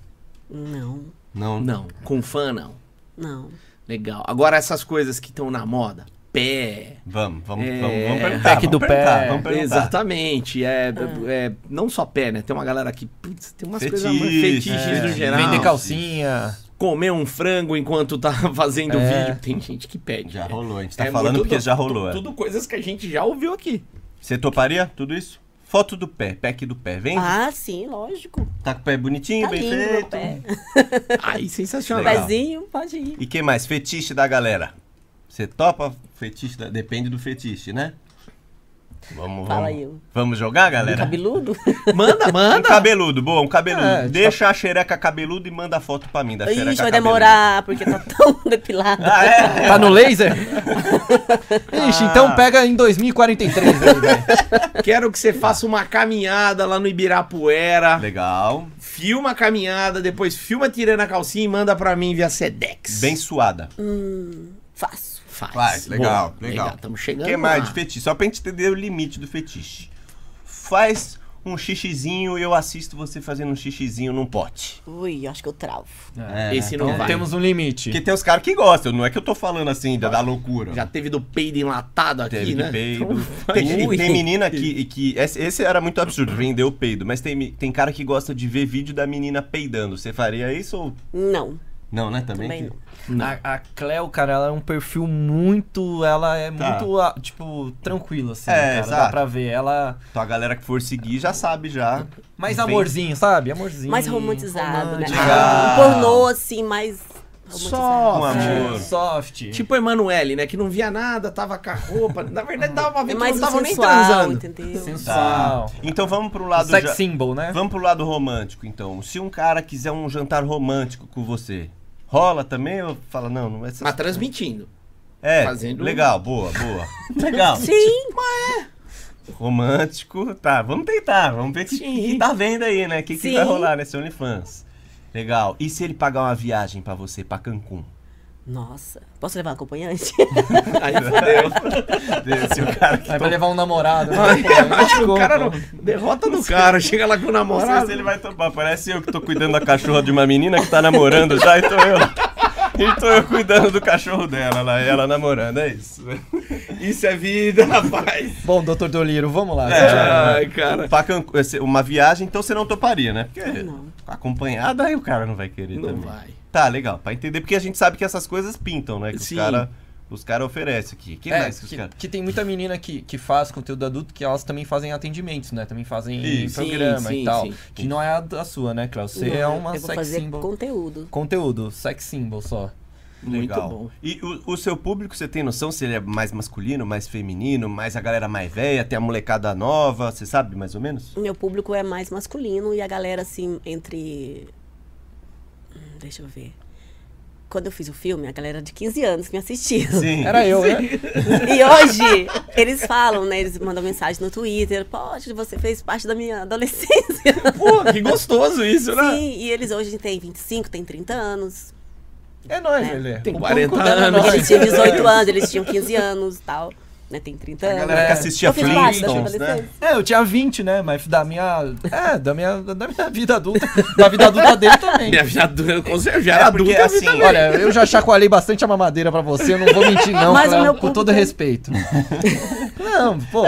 Speaker 4: Não,
Speaker 3: Não.
Speaker 1: Não, com fã não.
Speaker 4: não.
Speaker 1: Legal. Agora essas coisas que estão na moda, pé.
Speaker 3: Vamos, vamos,
Speaker 1: É.
Speaker 3: vamos, vamos perguntar.
Speaker 2: Pack
Speaker 3: vamos
Speaker 2: do
Speaker 3: perguntar,
Speaker 2: pé,
Speaker 3: Vamos perguntar.
Speaker 1: Exatamente. É, é, não só pé, né? Tem uma galera que, putz, tem umas coisas mais
Speaker 3: Fetiche,
Speaker 1: fetiches
Speaker 3: é.
Speaker 1: no geral.
Speaker 2: Vender calcinha.
Speaker 1: Comer um frango enquanto tá [laughs] fazendo vídeo. Tem gente que pede.
Speaker 3: É. Já
Speaker 1: né?
Speaker 3: rolou, a gente tá
Speaker 1: É
Speaker 3: falando
Speaker 1: muito-
Speaker 3: porque já
Speaker 1: tu-
Speaker 3: rolou. é.
Speaker 1: Tudo coisas que a gente já ouviu
Speaker 3: [laughs]
Speaker 1: aqui.
Speaker 3: Você toparia tudo isso? Foto do pé, pack do pé. Vem,
Speaker 4: Ah, sim, lógico.
Speaker 3: tá com o pé bonitinho,
Speaker 4: Tá
Speaker 3: bem
Speaker 4: lindo meu
Speaker 3: feito.
Speaker 4: pé.
Speaker 1: Aí, sensacional.
Speaker 3: Legal.
Speaker 4: Pezinho, pode ir.
Speaker 3: E que mais? Fetiche da galera. Você topa fetiche? da- Depende do fetiche, né? Vamos,
Speaker 4: Fala
Speaker 3: vamos.
Speaker 4: aí, um
Speaker 3: Vamos jogar, galera?
Speaker 4: Cabeludo?
Speaker 1: Manda,
Speaker 3: Um
Speaker 1: manda.
Speaker 3: cabeludo, boa, um cabeludo.
Speaker 2: É, tipo-
Speaker 3: Deixa a xereca cabeludo e manda a foto pra mim da xereca
Speaker 4: Ixi, vai
Speaker 3: cabeluda.
Speaker 4: demorar, porque tá tão [laughs] depilado.
Speaker 3: Ah, é?
Speaker 2: Tá
Speaker 1: [laughs]
Speaker 2: no laser? Ixi,
Speaker 1: Ah.
Speaker 2: então pega em 2043
Speaker 1: [laughs]
Speaker 2: aí, velho.
Speaker 1: Quero que você faça uma caminhada lá no Ibirapuera.
Speaker 3: Legal.
Speaker 1: Filma a caminhada, depois filma tirando a calcinha e manda pra mim via Sedex.
Speaker 3: Bem suada.
Speaker 4: Faço.
Speaker 1: faz.
Speaker 3: Faz, legal,
Speaker 1: Boa,
Speaker 3: legal.
Speaker 1: Estamos
Speaker 3: O
Speaker 1: chegando.
Speaker 3: que mais
Speaker 1: lá.
Speaker 3: de fetiche? Só pra gente entender o limite do fetiche. Faz um xixizinho e eu assisto você fazendo um xixizinho num pote.
Speaker 4: Ui, acho que eu travo.
Speaker 3: É,
Speaker 1: Esse não
Speaker 2: Então
Speaker 1: vai.
Speaker 2: temos um limite.
Speaker 3: Porque tem os caras que gostam, não é que eu tô falando assim da, da loucura.
Speaker 1: Já teve do peido enlatado aqui,
Speaker 3: Teve
Speaker 1: né?
Speaker 3: de peido.
Speaker 1: Então,
Speaker 3: Tem,
Speaker 1: ui.
Speaker 3: tem menina que. que esse, esse era muito absurdo, vender o peido. Mas tem, tem cara que gosta de ver vídeo da menina peidando. Você faria isso ou.
Speaker 4: Não,
Speaker 3: Não, né? Também.
Speaker 4: também
Speaker 3: que-
Speaker 4: não.
Speaker 2: A, a Cleo, cara, ela é um perfil muito. Ela é
Speaker 3: Tá.
Speaker 2: muito, ah, tipo, tranquila, assim,
Speaker 3: É,
Speaker 2: cara. Dá
Speaker 3: exato.
Speaker 2: pra ver. Ela.
Speaker 3: Então a galera que for seguir já sabe já.
Speaker 2: Mais
Speaker 3: Bem-
Speaker 2: amorzinho, sabe? Amorzinho.
Speaker 4: Mais romantizado, né?
Speaker 3: Romântica.
Speaker 4: Um pornô, assim, mais
Speaker 1: Só.
Speaker 4: romantizado.
Speaker 3: Com amor.
Speaker 2: É, soft.
Speaker 1: Tipo a Emanuele, né? Que não via nada, tava com a roupa. Na verdade, dava pra ver
Speaker 4: É
Speaker 1: que
Speaker 4: mais
Speaker 1: não
Speaker 4: um
Speaker 1: tava nem
Speaker 4: sensual,
Speaker 1: transando.
Speaker 4: entendeu?
Speaker 2: sensual.
Speaker 3: Então vamos pro lado.
Speaker 2: Sex
Speaker 3: já-
Speaker 2: symbol, né?
Speaker 3: Vamos pro lado romântico, então. Se um cara quiser um jantar romântico com você, rola também ou fala, não, não é essas
Speaker 1: Mas [laughs] transmitindo.
Speaker 3: É,
Speaker 1: fazendo- um
Speaker 3: legal, boa,
Speaker 1: [laughs]
Speaker 3: boa. Legal.
Speaker 4: Sim,
Speaker 3: Romântico, tá, vamos tentar, vamos ver o que,
Speaker 1: Sim.
Speaker 3: que tá vendo aí, né? O que, que
Speaker 4: Sim.
Speaker 3: vai rolar nesse OnlyFans. Legal. E se ele pagar uma viagem pra você, pra Cancún?
Speaker 4: Nossa, posso levar um acompanhante?
Speaker 3: [laughs]
Speaker 1: Aí fudeu.
Speaker 3: se o cara que
Speaker 2: Aí vai levar um namorado. né?
Speaker 1: Eu acho que o
Speaker 2: Desculpa.
Speaker 1: cara não. Derrota do cara, chega lá com o
Speaker 3: Não sei
Speaker 1: namorado.
Speaker 3: se ele vai topar. Parece eu que tô cuidando da cachorra de uma menina que tá namorando já, e tô eu. E tô eu cuidando do cachorro dela lá, e ela namorando, é isso.
Speaker 1: Isso é vida, [laughs] rapaz.
Speaker 2: Bom, doutor Doliro, vamos lá.
Speaker 3: É.
Speaker 1: Ai, cara.
Speaker 3: Pra Cancún, esse- uma viagem, então você não toparia, né? Porque
Speaker 4: Não.
Speaker 3: acompanhada aí o cara não vai querer
Speaker 1: Não
Speaker 3: também.
Speaker 1: vai.
Speaker 3: Tá, legal. Pra entender, porque a gente sabe que essas coisas pintam, né? Que os
Speaker 1: Sim.
Speaker 3: caras os cara oferecem aqui. Que
Speaker 2: É,
Speaker 3: mais que os
Speaker 2: que,
Speaker 3: caras...
Speaker 2: que tem muita menina que, que faz conteúdo adulto que elas também fazem atendimentos, né? Também fazem
Speaker 3: Isso.
Speaker 2: programa
Speaker 1: Sim, sim,
Speaker 2: e tal.
Speaker 1: sim.
Speaker 2: Que não é a, da sua, né, Cláudio? Você é
Speaker 4: Não,
Speaker 2: uma
Speaker 4: Eu vou
Speaker 2: sex
Speaker 4: fazer
Speaker 2: symbol.
Speaker 4: conteúdo.
Speaker 2: Conteúdo, sex symbol só.
Speaker 1: Muito bom.
Speaker 3: E o, o seu público, você tem noção se ele é mais masculino, mais feminino, mais a galera mais velha, tem a molecada nova, você sabe mais
Speaker 1: [laughs]
Speaker 3: ou menos?
Speaker 4: Meu público é mais masculino e a galera, assim, entre. Hum, Deixa eu ver. Quando eu fiz o filme, a galera de 15 anos me assistia.
Speaker 3: Sim.
Speaker 2: Era eu,
Speaker 4: [laughs]
Speaker 2: né?
Speaker 4: E hoje, eles falam, né? Eles mandam mensagem no Twitter. Poxa, você fez parte da minha adolescência. [laughs]
Speaker 1: Pô, que gostoso isso, né?
Speaker 4: Sim, e eles hoje têm 25, têm 30 anos.
Speaker 2: É nóis, Lelê.
Speaker 1: Tem
Speaker 2: O
Speaker 4: né,
Speaker 1: 40
Speaker 2: público dela é
Speaker 1: anos.
Speaker 2: nóis.
Speaker 4: Eles tinham 18 anos, eles tinham 15 anos e tal. Né, tem 30
Speaker 3: A
Speaker 4: anos.
Speaker 3: galera que
Speaker 2: É.
Speaker 3: assistia
Speaker 4: eu fiz parte da
Speaker 3: Flintstones, né?
Speaker 4: adolescência.
Speaker 2: É, eu tinha 20, né? Mas da minha. É, da minha, da minha vida adulta. Da vida adulta dele
Speaker 3: [laughs]
Speaker 2: também.
Speaker 1: Minha vida adulta, com certeza, já
Speaker 3: É,
Speaker 1: era
Speaker 3: porque,
Speaker 1: adulta, eu vi
Speaker 3: assim,
Speaker 1: também.
Speaker 2: Olha, eu já chacoalhei bastante a mamadeira pra você, eu não vou mentir, não,
Speaker 4: Mas o
Speaker 2: Cléo,
Speaker 4: meu
Speaker 2: com
Speaker 4: público
Speaker 2: todo
Speaker 4: é- [laughs]
Speaker 2: respeito. não, pô.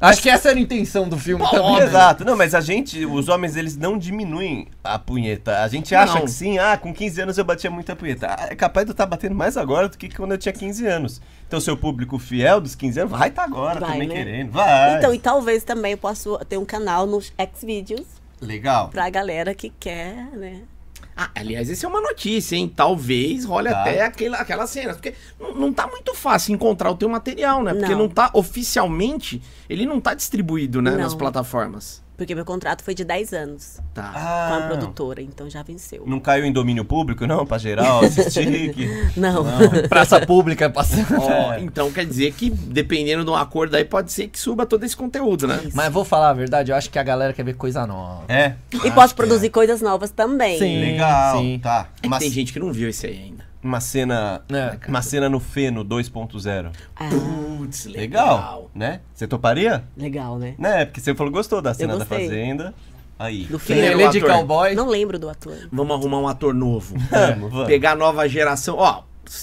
Speaker 2: Acho que essa era a intenção do filme também.
Speaker 3: Exato. Não, mas a gente, os homens, eles não diminuem a punheta. A gente acha
Speaker 1: Não.
Speaker 3: que sim, ah, com 15 anos eu batia muita punheta. Ah, É capaz de eu estar batendo mais agora do que quando eu tinha 15 anos. Então, seu público fiel dos 15 anos vai estar agora
Speaker 4: Vai,
Speaker 3: também
Speaker 4: né?
Speaker 3: querendo. Vai.
Speaker 4: Então, e talvez também eu possa ter um canal nos Xvideos
Speaker 3: Legal.
Speaker 4: pra galera que quer, né?
Speaker 1: Ah, aliás, isso é uma notícia, hein? Talvez role
Speaker 3: Tá.
Speaker 1: até aquela, aquelas cenas. Porque n- não tá muito fácil encontrar o teu material, né? Porque
Speaker 4: Não.
Speaker 1: não tá oficialmente, ele não tá distribuído, né?
Speaker 4: Não.
Speaker 1: Nas plataformas.
Speaker 4: Porque meu contrato foi de 10 anos
Speaker 1: Tá.
Speaker 3: Ah,
Speaker 4: com a produtora, então já venceu.
Speaker 3: Não caiu em domínio público, não? Pra geral assistir? que...
Speaker 4: Não.
Speaker 2: Praça pública passando.
Speaker 1: Ó, então quer dizer que, dependendo de um acordo aí, pode ser que suba todo esse conteúdo, né?
Speaker 2: Mas vou falar a verdade, eu acho que a galera quer ver coisa nova.
Speaker 3: É.
Speaker 4: [laughs] E posso produzir coisas novas também.
Speaker 2: Sim.
Speaker 3: Legal.
Speaker 2: Sim.
Speaker 3: Tá.
Speaker 1: É que
Speaker 3: Uma,
Speaker 1: tem gente que não viu isso aí ainda.
Speaker 3: uma cena.
Speaker 2: É.
Speaker 3: Uma cena no Feno 2.0.
Speaker 4: Ah,
Speaker 1: Putz,
Speaker 3: Legal,
Speaker 1: legal.
Speaker 3: né? Você toparia?
Speaker 4: legal, né?
Speaker 3: Né? Porque você falou que gostou da cena da
Speaker 4: gostei.
Speaker 3: Fazenda. Aí.
Speaker 4: Do
Speaker 1: Quem
Speaker 4: filme.
Speaker 1: era o
Speaker 2: Lelê de
Speaker 1: ator?
Speaker 2: é cowboy.
Speaker 4: Não lembro do ator.
Speaker 1: Vamos arrumar um ator novo.
Speaker 3: É, Vamos, vamos.
Speaker 1: Pegar a nova geração. Ó,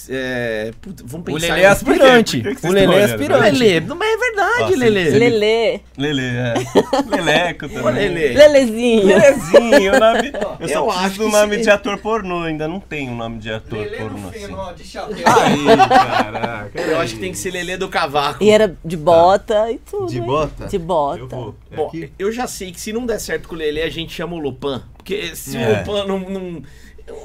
Speaker 1: É, puta, vamos
Speaker 2: O
Speaker 1: pensar.
Speaker 2: Lelê
Speaker 1: em-
Speaker 2: é aspirante.
Speaker 3: Por que que
Speaker 2: O
Speaker 3: vocês
Speaker 2: Lelê é
Speaker 3: estão olhando?
Speaker 2: aspirante.
Speaker 1: Lelê, não, mas é verdade,
Speaker 3: Ah, sim,
Speaker 1: Lelê.
Speaker 3: sim.
Speaker 4: Lelê.
Speaker 3: Lele, é.
Speaker 1: [laughs]
Speaker 3: Leleco também.
Speaker 1: Ô, Lelê.
Speaker 4: Lelezinho.
Speaker 3: Lelezinho,
Speaker 1: [laughs]
Speaker 3: o nome.
Speaker 1: Eu
Speaker 3: Eu só
Speaker 1: acho que
Speaker 3: preciso do nome
Speaker 1: sim.
Speaker 3: de ator pornô, ainda não tem um nome de ator pornô assim.
Speaker 2: de chapéu.
Speaker 3: Aí, caraca.
Speaker 1: Eu acho que tem que ser um, né? Lelê do Cavaco.
Speaker 2: é
Speaker 4: E era de bota e tudo.
Speaker 3: Tá. De
Speaker 4: hein?
Speaker 3: bota?
Speaker 4: De bota.
Speaker 3: Eu vou. É
Speaker 1: Bom,
Speaker 3: aqui?
Speaker 1: eu já sei que se não der certo com o Lelê, a gente chama o Lopan. Porque se o
Speaker 3: É.
Speaker 1: Lopan não, não-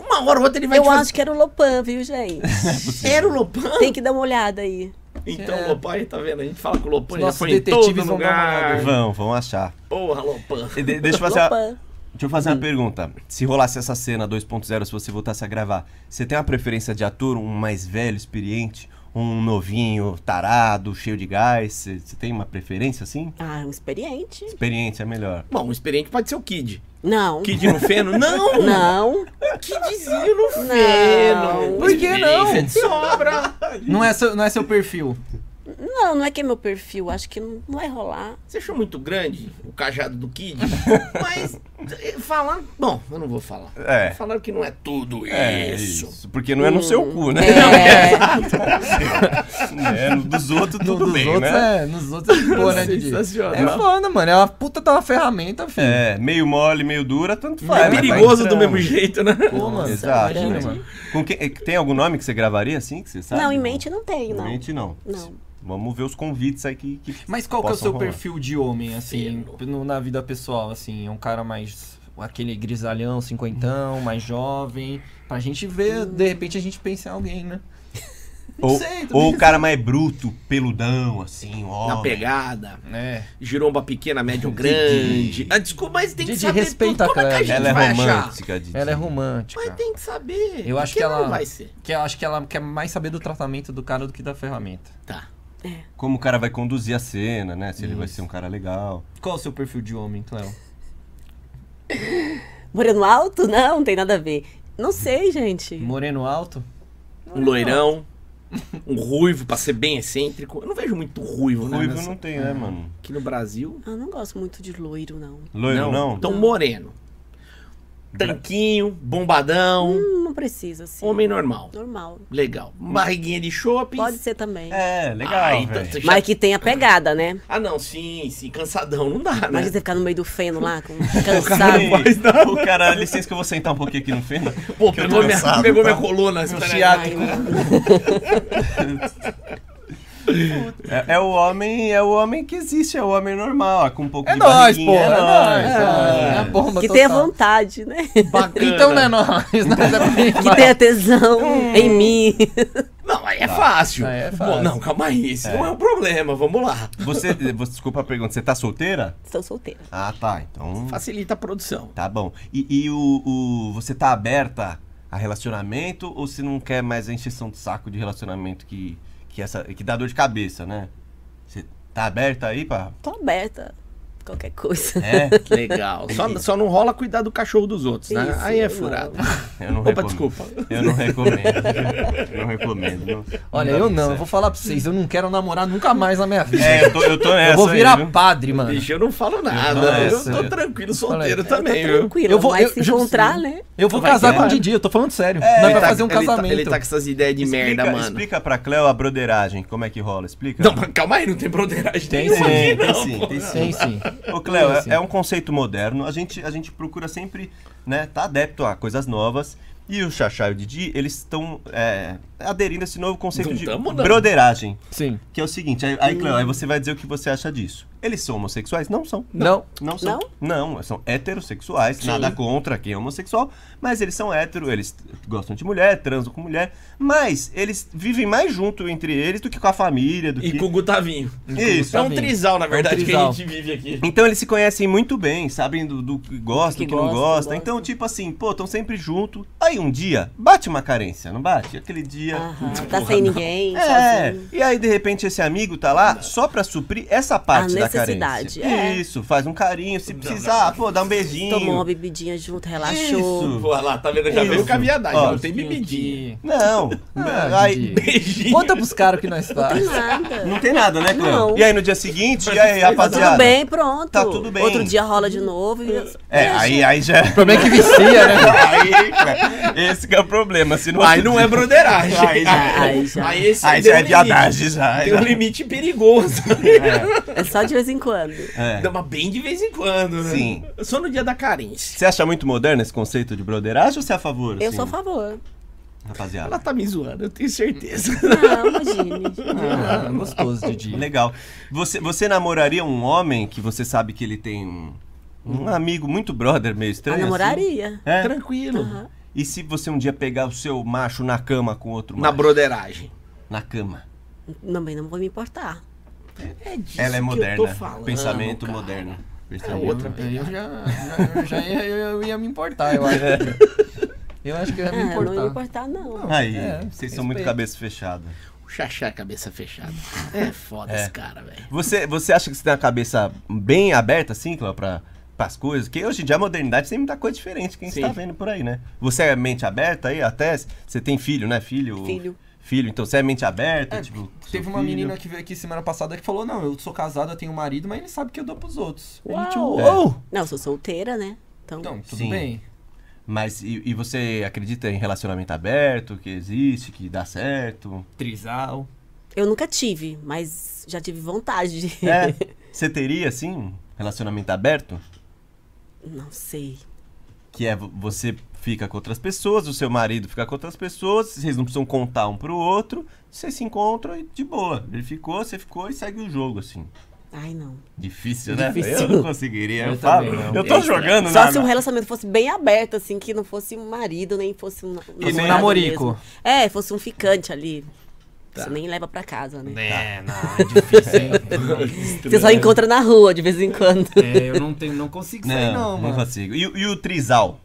Speaker 1: Uma hora ou outra ele vai
Speaker 4: Eu
Speaker 1: te [laughs]
Speaker 2: é
Speaker 1: É
Speaker 4: acho que era o Lopan, viu, [laughs] gente?
Speaker 1: fazer... Era o Lopan?
Speaker 4: Tem que dar uma olhada aí.
Speaker 1: Então
Speaker 2: É.
Speaker 1: o Lopan, aí, tá vendo? A gente fala que o Lopan
Speaker 2: Os
Speaker 1: já
Speaker 2: nossos
Speaker 1: foi em
Speaker 2: detetives
Speaker 1: todo
Speaker 2: vão dar uma olhada.
Speaker 1: lugar.
Speaker 3: Vão, vão achar.
Speaker 1: Porra, Lopan.
Speaker 3: E de- deixa eu fazer, a,
Speaker 4: Lopan.
Speaker 3: deixa eu fazer uma pergunta. Se rolasse essa cena 2.0, se você voltasse a gravar, você tem uma preferência de ator, um mais velho, experiente, um novinho, tarado, cheio de gás? Você você tem uma preferência assim?
Speaker 4: Ah, é um experiente.
Speaker 3: Experiência é melhor.
Speaker 1: Bom, o experiente pode ser o Kid.
Speaker 4: Não.
Speaker 1: Kid no
Speaker 2: [laughs]
Speaker 1: feno? Não!
Speaker 4: Não.
Speaker 1: Kidzinho no
Speaker 4: Não.
Speaker 1: feno.
Speaker 2: Por que não?
Speaker 1: Experiência de Sobra.
Speaker 2: Não é, seu, não é seu perfil.
Speaker 4: Não, não é que é meu perfil. Acho que não não vai rolar.
Speaker 1: Você achou muito grande o cajado do
Speaker 3: [laughs]
Speaker 1: Kid? Mas eh, falar... Bom, eu não vou falar.
Speaker 3: É.
Speaker 1: Falaram que não é tudo
Speaker 3: É
Speaker 1: isso. [laughs]
Speaker 3: isso. Porque não é no seu cu, né?
Speaker 4: É.
Speaker 3: É, no dos outros
Speaker 2: No,
Speaker 3: tudo
Speaker 2: dos
Speaker 3: bem,
Speaker 2: outros
Speaker 3: né?
Speaker 2: é. Nos outros é de boa, né, Didi?
Speaker 1: Sensacional.
Speaker 2: É foda, mano. É uma puta de uma ferramenta, filho.
Speaker 3: É, meio mole, meio dura, tanto faz.
Speaker 1: É
Speaker 3: mas então- vai
Speaker 1: perigoso do
Speaker 3: entrando.
Speaker 1: mesmo jeito, né?
Speaker 2: Pô, mano.
Speaker 3: Exato,
Speaker 2: Imagina,
Speaker 3: né?
Speaker 2: mano.
Speaker 3: Com quem- tem algum nome que você gravaria assim, que você sabe?
Speaker 4: Não, em mente não tem, não.
Speaker 3: Em mente não.
Speaker 4: Não.
Speaker 3: Vamos ver os convites aí que... que-
Speaker 2: Mas qual que é o
Speaker 3: Possam
Speaker 2: seu
Speaker 3: rolar.
Speaker 2: perfil de homem, assim, no- na vida pessoal, assim? É um cara mais. aquele grisalhão, cinquentão, mais jovem. Pra gente ver, de repente a gente pensa em alguém, né? Não
Speaker 3: Ou,
Speaker 2: sei, tô
Speaker 3: ou o cara mais bruto, peludão, assim, ó.
Speaker 1: Na pegada.
Speaker 2: É.
Speaker 1: Giromba pequena, médio grande. Ah, desculpa, mas tem que
Speaker 2: Didi,
Speaker 1: saber
Speaker 2: respeita
Speaker 1: tudo. Como é que
Speaker 2: a
Speaker 1: a gente
Speaker 3: Ela é
Speaker 1: vai achar?
Speaker 3: romântica, Didi.
Speaker 2: Ela é romântica.
Speaker 1: Mas tem que saber.
Speaker 2: Eu acho
Speaker 1: Porque
Speaker 2: que ela-
Speaker 1: Não vai ser.
Speaker 2: Que eu acho que ela quer mais saber do tratamento do cara do que da ferramenta.
Speaker 1: Tá.
Speaker 3: Como o cara vai conduzir a cena, né? Se ele vai ser um cara legal.
Speaker 2: Qual o seu perfil de homem, Cléo?
Speaker 4: Moreno alto? Não, não tem nada a ver. Não sei, gente.
Speaker 2: Moreno alto?
Speaker 1: Um
Speaker 3: é
Speaker 1: loirão. Um ruivo, pra ser bem excêntrico. Eu não vejo muito ruivo, né?
Speaker 3: Ruivo
Speaker 1: nessa-
Speaker 3: não tem, né, mano?
Speaker 1: Aqui no Brasil.
Speaker 4: Ah, não gosto muito de loiro, não.
Speaker 3: Loiro não?
Speaker 1: Então, moreno. Tanquinho, bombadão.
Speaker 4: Hum, Não precisa, assim.
Speaker 1: Homem normal.
Speaker 4: Normal.
Speaker 1: Legal. Barriguinha de chope.
Speaker 4: Pode ser também.
Speaker 3: É, legal,
Speaker 1: Ah, então,
Speaker 3: velho.
Speaker 1: você já-
Speaker 4: Mas que tenha pegada, né?
Speaker 1: ah, não, sim, sim. Cansadão não dá, né?
Speaker 4: Imagina você ficar no meio do feno lá, com-
Speaker 3: [laughs]
Speaker 4: cansado.
Speaker 3: Ei,
Speaker 1: faz nada.
Speaker 3: O cara, licença que eu vou sentar um pouquinho aqui no feno.
Speaker 1: Pô,
Speaker 3: que eu
Speaker 1: pegou,
Speaker 3: tô
Speaker 1: minha,
Speaker 3: cansado,
Speaker 1: pegou
Speaker 3: tá?
Speaker 1: minha coluna. espera aí.
Speaker 4: Ai,
Speaker 3: É, é o homem, é o homem que existe, é o homem normal, ó, com um pouco
Speaker 2: É
Speaker 3: de
Speaker 2: nós, pô!
Speaker 3: barriguinha,
Speaker 2: É nós!
Speaker 3: é
Speaker 2: É,
Speaker 3: nóis.
Speaker 2: a bomba
Speaker 4: que
Speaker 2: total.
Speaker 4: tenha vontade, né?
Speaker 1: Bacana.
Speaker 2: Então não é nós, nós é bem
Speaker 4: Que
Speaker 2: mais.
Speaker 4: tenha tesão em mim. [laughs]
Speaker 1: Não, aí é
Speaker 3: Tá.
Speaker 1: fácil.
Speaker 2: Aí é
Speaker 1: Bom,
Speaker 2: fácil.
Speaker 1: não, calma aí. Esse não é um problema. Vamos lá.
Speaker 3: Você, você- desculpa a pergunta, você tá solteira?
Speaker 4: Estou solteira.
Speaker 3: Ah, tá, então
Speaker 1: Facilita a produção.
Speaker 3: tá bom. E, e o, o- você tá aberta a relacionamento ou você não quer mais a encheção de saco de relacionamento que que essa que dá dor de cabeça, né? Você tá aberta aí pra...
Speaker 4: Tô aberta. a Qualquer coisa.
Speaker 3: É,
Speaker 1: Legal. Só, só não rola cuidar do cachorro dos outros, né?
Speaker 4: Isso,
Speaker 1: aí é
Speaker 4: não.
Speaker 1: furado.
Speaker 3: eu não
Speaker 1: [laughs] Opa,
Speaker 3: recomendo.
Speaker 1: desculpa.
Speaker 3: Eu não recomendo. Eu não recomendo. não-
Speaker 2: Olha,
Speaker 3: dá
Speaker 2: eu
Speaker 3: muito
Speaker 2: não, eu
Speaker 3: certo.
Speaker 2: vou falar pra vocês, eu não quero namorar nunca mais na minha vida.
Speaker 3: É, eu tô, eu tô nessa
Speaker 2: eu vou
Speaker 3: aí,
Speaker 2: virar
Speaker 3: viu?
Speaker 2: padre, mano.
Speaker 1: Bicho, eu não falo nada.
Speaker 3: Eu tô
Speaker 1: Eu,
Speaker 3: nessa.
Speaker 1: tô tranquilo, solteiro
Speaker 2: Eu
Speaker 1: também,
Speaker 4: tá
Speaker 1: viu?
Speaker 4: tranquilo,
Speaker 2: Eu vou-
Speaker 4: mas
Speaker 2: eu-
Speaker 4: se
Speaker 2: justo.
Speaker 4: encontrar, né?
Speaker 2: Eu vou
Speaker 1: Vai
Speaker 2: casar
Speaker 1: que
Speaker 2: com o
Speaker 1: vai.
Speaker 2: Didi, eu tô falando sério. Nós
Speaker 1: Ele
Speaker 2: vai
Speaker 1: tá-
Speaker 2: fazer um
Speaker 1: ele tá-
Speaker 2: casamento.
Speaker 1: Ele tá, com essas ideias de merda,
Speaker 3: explica,
Speaker 1: mano.
Speaker 3: Explica pra Cleo a broderagem, como é que rola, explica.
Speaker 1: Não, mas calma aí, não tem broderagem
Speaker 3: Tem
Speaker 1: nenhuma
Speaker 3: sim,
Speaker 1: aqui,
Speaker 3: tem
Speaker 1: não,
Speaker 3: sim,
Speaker 1: pô.
Speaker 3: tem sim.
Speaker 2: Sim, sim.
Speaker 3: Ô, Cleo,
Speaker 2: Sim,
Speaker 3: é-
Speaker 2: sim.
Speaker 3: é, um conceito moderno. A gente, a gente procura sempre, né, tá adepto a coisas novas. E o Xaxá e o Didi, eles estão é, aderindo a esse novo conceito
Speaker 1: Não
Speaker 3: de
Speaker 1: tamo, não. Hum.
Speaker 3: broderagem.
Speaker 2: Sim.
Speaker 3: Que é o seguinte, aí, aí, Cleo, aí você vai dizer o que você acha disso. Eles são homossexuais? Não são.
Speaker 2: Não.
Speaker 3: Não são. Não, são heterossexuais, nada contra quem é homossexual, mas eles são hétero, eles t- gostam de mulher, transam com mulher, mas eles vivem mais junto entre eles do que com a família, do
Speaker 1: E
Speaker 3: que
Speaker 1: com o Gutavinho.
Speaker 3: Isso.
Speaker 1: É um trisal, na verdade, que a
Speaker 2: trisal.
Speaker 1: gente vive aqui.
Speaker 3: Então eles se conhecem muito bem, sabem do, do que gosta, do que,
Speaker 4: Do que
Speaker 3: não
Speaker 4: gosta,
Speaker 3: gosta.
Speaker 4: gosta.
Speaker 3: Então, tipo assim, pô, estão sempre junto. Aí um dia, bate uma carência, não bate? Aquele dia.
Speaker 4: Aham.
Speaker 1: Porra,
Speaker 4: Tá sem
Speaker 1: não.
Speaker 4: ninguém,
Speaker 3: É,
Speaker 4: sozinho.
Speaker 3: e aí de repente esse amigo tá lá só pra suprir essa parte
Speaker 4: Ah,
Speaker 3: da
Speaker 4: nesse necessidade.
Speaker 3: carência.
Speaker 4: É.
Speaker 3: Isso, faz um carinho, se precisar, pô, dá um beijinho.
Speaker 4: Tomou uma bebidinha junto, relaxou.
Speaker 3: Isso.
Speaker 1: Pô, lá, tá vendo? Já
Speaker 3: Isso.
Speaker 1: veio caviadagem,
Speaker 3: Ó,
Speaker 1: não tem bebidinha.
Speaker 3: Não,
Speaker 2: Ah,
Speaker 3: aí,
Speaker 2: Didi.
Speaker 1: [laughs]
Speaker 2: Conta pros caras que nós
Speaker 4: Não tem
Speaker 2: faz.
Speaker 4: nada.
Speaker 3: não tem nada, né, Clã?
Speaker 4: Não. Tá
Speaker 3: E aí no dia seguinte, e aí, rapaziada?
Speaker 4: Tudo bem, pronto.
Speaker 3: Tá tudo bem.
Speaker 4: Outro dia rola de novo. e-
Speaker 3: É, [laughs] aí, aí já.
Speaker 2: O problema é que vicia, né?
Speaker 3: aí, [laughs] cara, esse que é o problema. Se não
Speaker 1: Aí não é broderagem.
Speaker 3: Aí já-
Speaker 4: aí já-
Speaker 1: Aí esse
Speaker 3: Aí
Speaker 1: deu um
Speaker 3: já é
Speaker 1: limite.
Speaker 3: viadagem, já.
Speaker 1: Tem um limite perigoso.
Speaker 4: É só de vez em quando.
Speaker 3: [laughs] É.
Speaker 1: Dá uma bem de vez em quando, né?
Speaker 3: Sim.
Speaker 1: Só no dia da carência.
Speaker 3: Você acha muito moderno esse conceito de broderagem ou você é a favor?
Speaker 4: Eu
Speaker 3: assim,
Speaker 4: sou a favor.
Speaker 1: Ela
Speaker 3: Rapaziada.
Speaker 1: tá me zoando, eu tenho certeza.
Speaker 4: Não, imagine.
Speaker 2: Ah, gostoso, Didi.
Speaker 3: Legal. Você, você namoraria um homem que você sabe que ele tem um, um amigo muito brother, meio
Speaker 4: Eu
Speaker 3: estranho? assim?
Speaker 4: namoraria.
Speaker 3: É?
Speaker 1: Tranquilo.
Speaker 4: Aham.
Speaker 3: E se você um dia pegar o seu macho na cama com outro
Speaker 1: Na
Speaker 3: macho?
Speaker 1: broderagem.
Speaker 3: Na cama.
Speaker 4: Também não vou me importar.
Speaker 1: É disso
Speaker 3: Ela é
Speaker 1: Que eu
Speaker 3: moderna.
Speaker 1: tô falando, Ah,
Speaker 3: Pensamento
Speaker 1: cara.
Speaker 3: moderno.
Speaker 1: É
Speaker 3: Percebeu?
Speaker 1: outra
Speaker 2: Eu, eu já, já- eu já ia, eu, eu ia me importar, eu acho. Eu acho que eu ia
Speaker 4: Ah,
Speaker 2: me
Speaker 4: eu não ia me
Speaker 2: importar.
Speaker 4: importar, não.
Speaker 3: Aí,
Speaker 2: É,
Speaker 3: vocês são muito
Speaker 2: respeito.
Speaker 3: cabeça fechada.
Speaker 1: O Xaxá é cabeça fechada. É foda esse cara, velho.
Speaker 3: Você, você acha que você tem a cabeça bem aberta, assim, Cláudio, pra, pras coisas? Porque hoje em dia a modernidade tem muita coisa diferente que a gente
Speaker 1: Sim.
Speaker 3: tá vendo por aí, né? Você é mente aberta aí, até. Você tem filho, né? Filho.
Speaker 4: Filho.
Speaker 3: Filho, então você é mente aberta,
Speaker 2: É,
Speaker 3: tipo. seu
Speaker 2: Teve uma
Speaker 3: filho.
Speaker 2: menina que veio aqui semana passada que falou: Não, eu sou casada, eu tenho um marido, mas ele sabe que eu dou pros outros.
Speaker 4: Uau.
Speaker 2: A gente, uou.
Speaker 3: Uou!
Speaker 4: Não, eu sou solteira, né? Então,
Speaker 2: Então, tudo
Speaker 3: Sim.
Speaker 2: bem.
Speaker 3: Mas e, e você acredita em relacionamento aberto, que existe, que dá certo?
Speaker 2: Trisal.
Speaker 4: eu nunca tive, mas já tive vontade de.
Speaker 3: É. você teria, assim, um relacionamento aberto?
Speaker 4: [laughs] Não sei.
Speaker 3: Que é vo- você fica com outras pessoas, o seu marido fica com outras pessoas, vocês não precisam contar um pro outro, vocês se encontram e de boa. Ele ficou, você ficou e segue o jogo, assim.
Speaker 4: Ai, não.
Speaker 3: Difícil, né?
Speaker 4: Difícil.
Speaker 3: Eu não conseguiria, eu,
Speaker 2: Eu
Speaker 3: falo.
Speaker 2: também não. é
Speaker 3: Eu tô jogando,
Speaker 4: Só
Speaker 3: na-
Speaker 4: se um
Speaker 3: na-
Speaker 4: relacionamento fosse bem aberto, assim, que não fosse um marido, nem fosse um, na-
Speaker 2: E
Speaker 4: namorado
Speaker 2: nem namorico.
Speaker 4: mesmo. É, fosse um ficante ali.
Speaker 1: Tá.
Speaker 4: Você nem leva pra casa, né?
Speaker 2: É, não, é difícil, hein?
Speaker 4: Você só encontra na rua de vez em
Speaker 2: [laughs]
Speaker 4: quando.
Speaker 2: É, eu não, tenho, não consigo
Speaker 3: Não, não, consigo. E, o- e o trisal?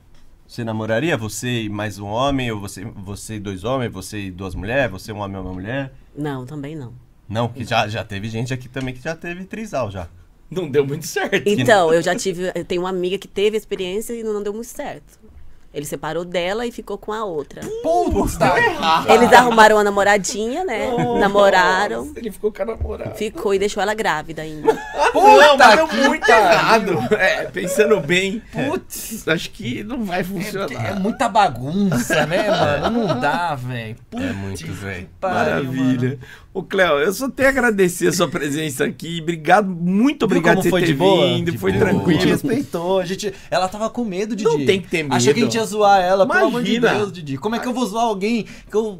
Speaker 3: Você namoraria você e mais um homem, ou você, você e dois homens, você e duas mulheres, você um homem e uma mulher?
Speaker 4: Não, também não.
Speaker 3: Não, que já, já teve gente aqui também que já teve trisal já.
Speaker 1: Não deu muito certo.
Speaker 4: Então, eu já tive. Eu tenho uma amiga que teve a experiência e não deu muito certo. Ele separou dela e ficou com a outra.
Speaker 2: Putz, tá errado.
Speaker 4: Eles arrumaram a namoradinha, né? Namoraram.
Speaker 1: Ele ficou com a namorada.
Speaker 4: Ficou e deixou ela grávida ainda.
Speaker 1: não, mas deu
Speaker 2: que
Speaker 1: muito
Speaker 2: pariu.
Speaker 1: errado. É, pensando bem,
Speaker 2: Putz.
Speaker 1: acho que não vai
Speaker 2: É, é
Speaker 1: funcionar.
Speaker 2: muita bagunça, né, mano? Não dá, velho. Puta
Speaker 3: É muito, velho.
Speaker 1: Maravilha. Ô, Cléo, eu só tenho a agradecer a sua presença aqui. Obrigado, muito obrigado por
Speaker 2: como
Speaker 1: você
Speaker 2: foi
Speaker 1: ter
Speaker 2: de boa?
Speaker 1: vindo.
Speaker 3: De
Speaker 1: foi
Speaker 3: boa.
Speaker 2: A gente
Speaker 1: tranquilo.
Speaker 2: respeitou, a gente... Ela tava com medo, Didi.
Speaker 1: Não tem que ter medo.
Speaker 2: Achou que a gente ia zoar ela, pelo amor de
Speaker 1: Imagina.
Speaker 2: Deus, Didi. Como é que eu vou zoar alguém
Speaker 3: [laughs]
Speaker 2: que eu...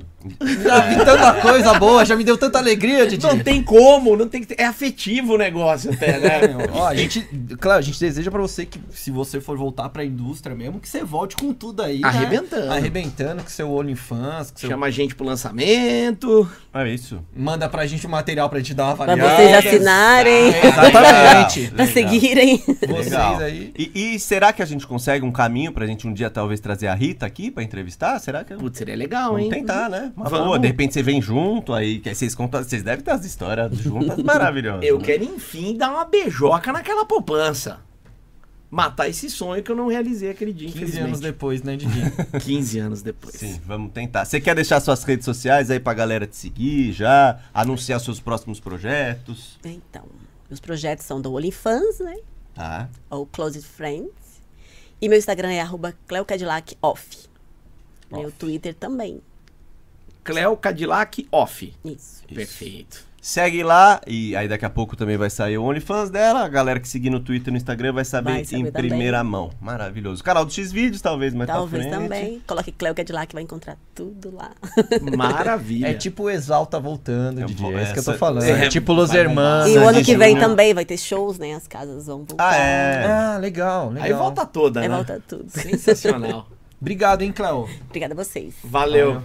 Speaker 2: Já vi tanta coisa boa, já me deu tanta alegria, Didi.
Speaker 1: Não tem como, não tem que ter- É afetivo o negócio até, né?
Speaker 2: Ó, a gente, claro, a gente deseja pra você que se você for voltar pra indústria mesmo, que você volte com tudo aí, né?
Speaker 1: Arrebentando.
Speaker 2: Arrebentando com seu OnlyFans, com seu...
Speaker 1: Chama a gente pro lançamento.
Speaker 3: É isso.
Speaker 2: Manda pra gente o material pra gente dar uma
Speaker 4: Pra
Speaker 2: avaliada.
Speaker 4: vocês assinarem,
Speaker 2: É,
Speaker 3: Tá,
Speaker 2: Exatamente.
Speaker 4: pra
Speaker 3: Legal.
Speaker 4: seguirem.
Speaker 2: Vocês
Speaker 3: Legal.
Speaker 2: aí.
Speaker 3: E, e será que a gente consegue um caminho pra gente um dia talvez trazer a Rita aqui pra entrevistar? Será que...
Speaker 1: Putz, seria legal,
Speaker 3: Vamos
Speaker 1: hein?
Speaker 3: tentar, né? Uma
Speaker 1: Vamos.
Speaker 3: boa, de repente você vem junto aí, que aí vocês contam, vocês devem ter as histórias juntas
Speaker 4: [laughs]
Speaker 3: maravilhosas.
Speaker 1: Eu
Speaker 2: Uhum.
Speaker 3: né?
Speaker 1: quero, enfim, dar uma beijoca naquela poupança. Matar esse sonho que eu não realizei aquele dia,
Speaker 2: 15 anos
Speaker 1: infelizmente.
Speaker 2: depois, né, Didi?
Speaker 4: [laughs]
Speaker 1: 15 anos depois.
Speaker 3: Sim, vamos tentar. Você quer deixar suas redes sociais aí pra galera te seguir já, anunciar seus próximos projetos,
Speaker 4: Então, meus projetos são do OnlyFans, né?
Speaker 3: tá?
Speaker 4: Ou Closed Friends. E meu Instagram é arroba cleocadillacOff. Meu Twitter também.
Speaker 1: Cleo Cadillac Off.
Speaker 4: Isso.
Speaker 1: Perfeito.
Speaker 3: Segue lá e aí daqui a pouco também vai sair o OnlyFans dela. A galera que seguir no Twitter e no Instagram vai saber,
Speaker 4: Vai saber
Speaker 3: em
Speaker 4: também.
Speaker 3: primeira mão. Maravilhoso. Canal do X Vídeos, talvez, mas
Speaker 4: Talvez também. Coloque Cleo Cadillac, vai encontrar tudo lá.
Speaker 1: Maravilha.
Speaker 2: É tipo o Exalta voltando,
Speaker 3: Eu
Speaker 2: Didi.
Speaker 3: vou-
Speaker 2: É isso que eu tô
Speaker 3: essa-
Speaker 2: falando.
Speaker 1: É,
Speaker 2: É, tipo Los
Speaker 1: vai bombar.
Speaker 2: Hermanos.
Speaker 4: e o ano que
Speaker 3: Santíssimo,
Speaker 4: vem
Speaker 3: né?
Speaker 4: também vai ter shows, né? As casas vão voltar.
Speaker 3: Ah, é.
Speaker 2: Ah, legal, legal.
Speaker 1: Aí volta toda,
Speaker 4: Aí
Speaker 1: né?
Speaker 4: volta tudo.
Speaker 1: Sensacional.
Speaker 2: Obrigado, hein, Cléo.
Speaker 4: Obrigada a vocês.
Speaker 1: Valeu.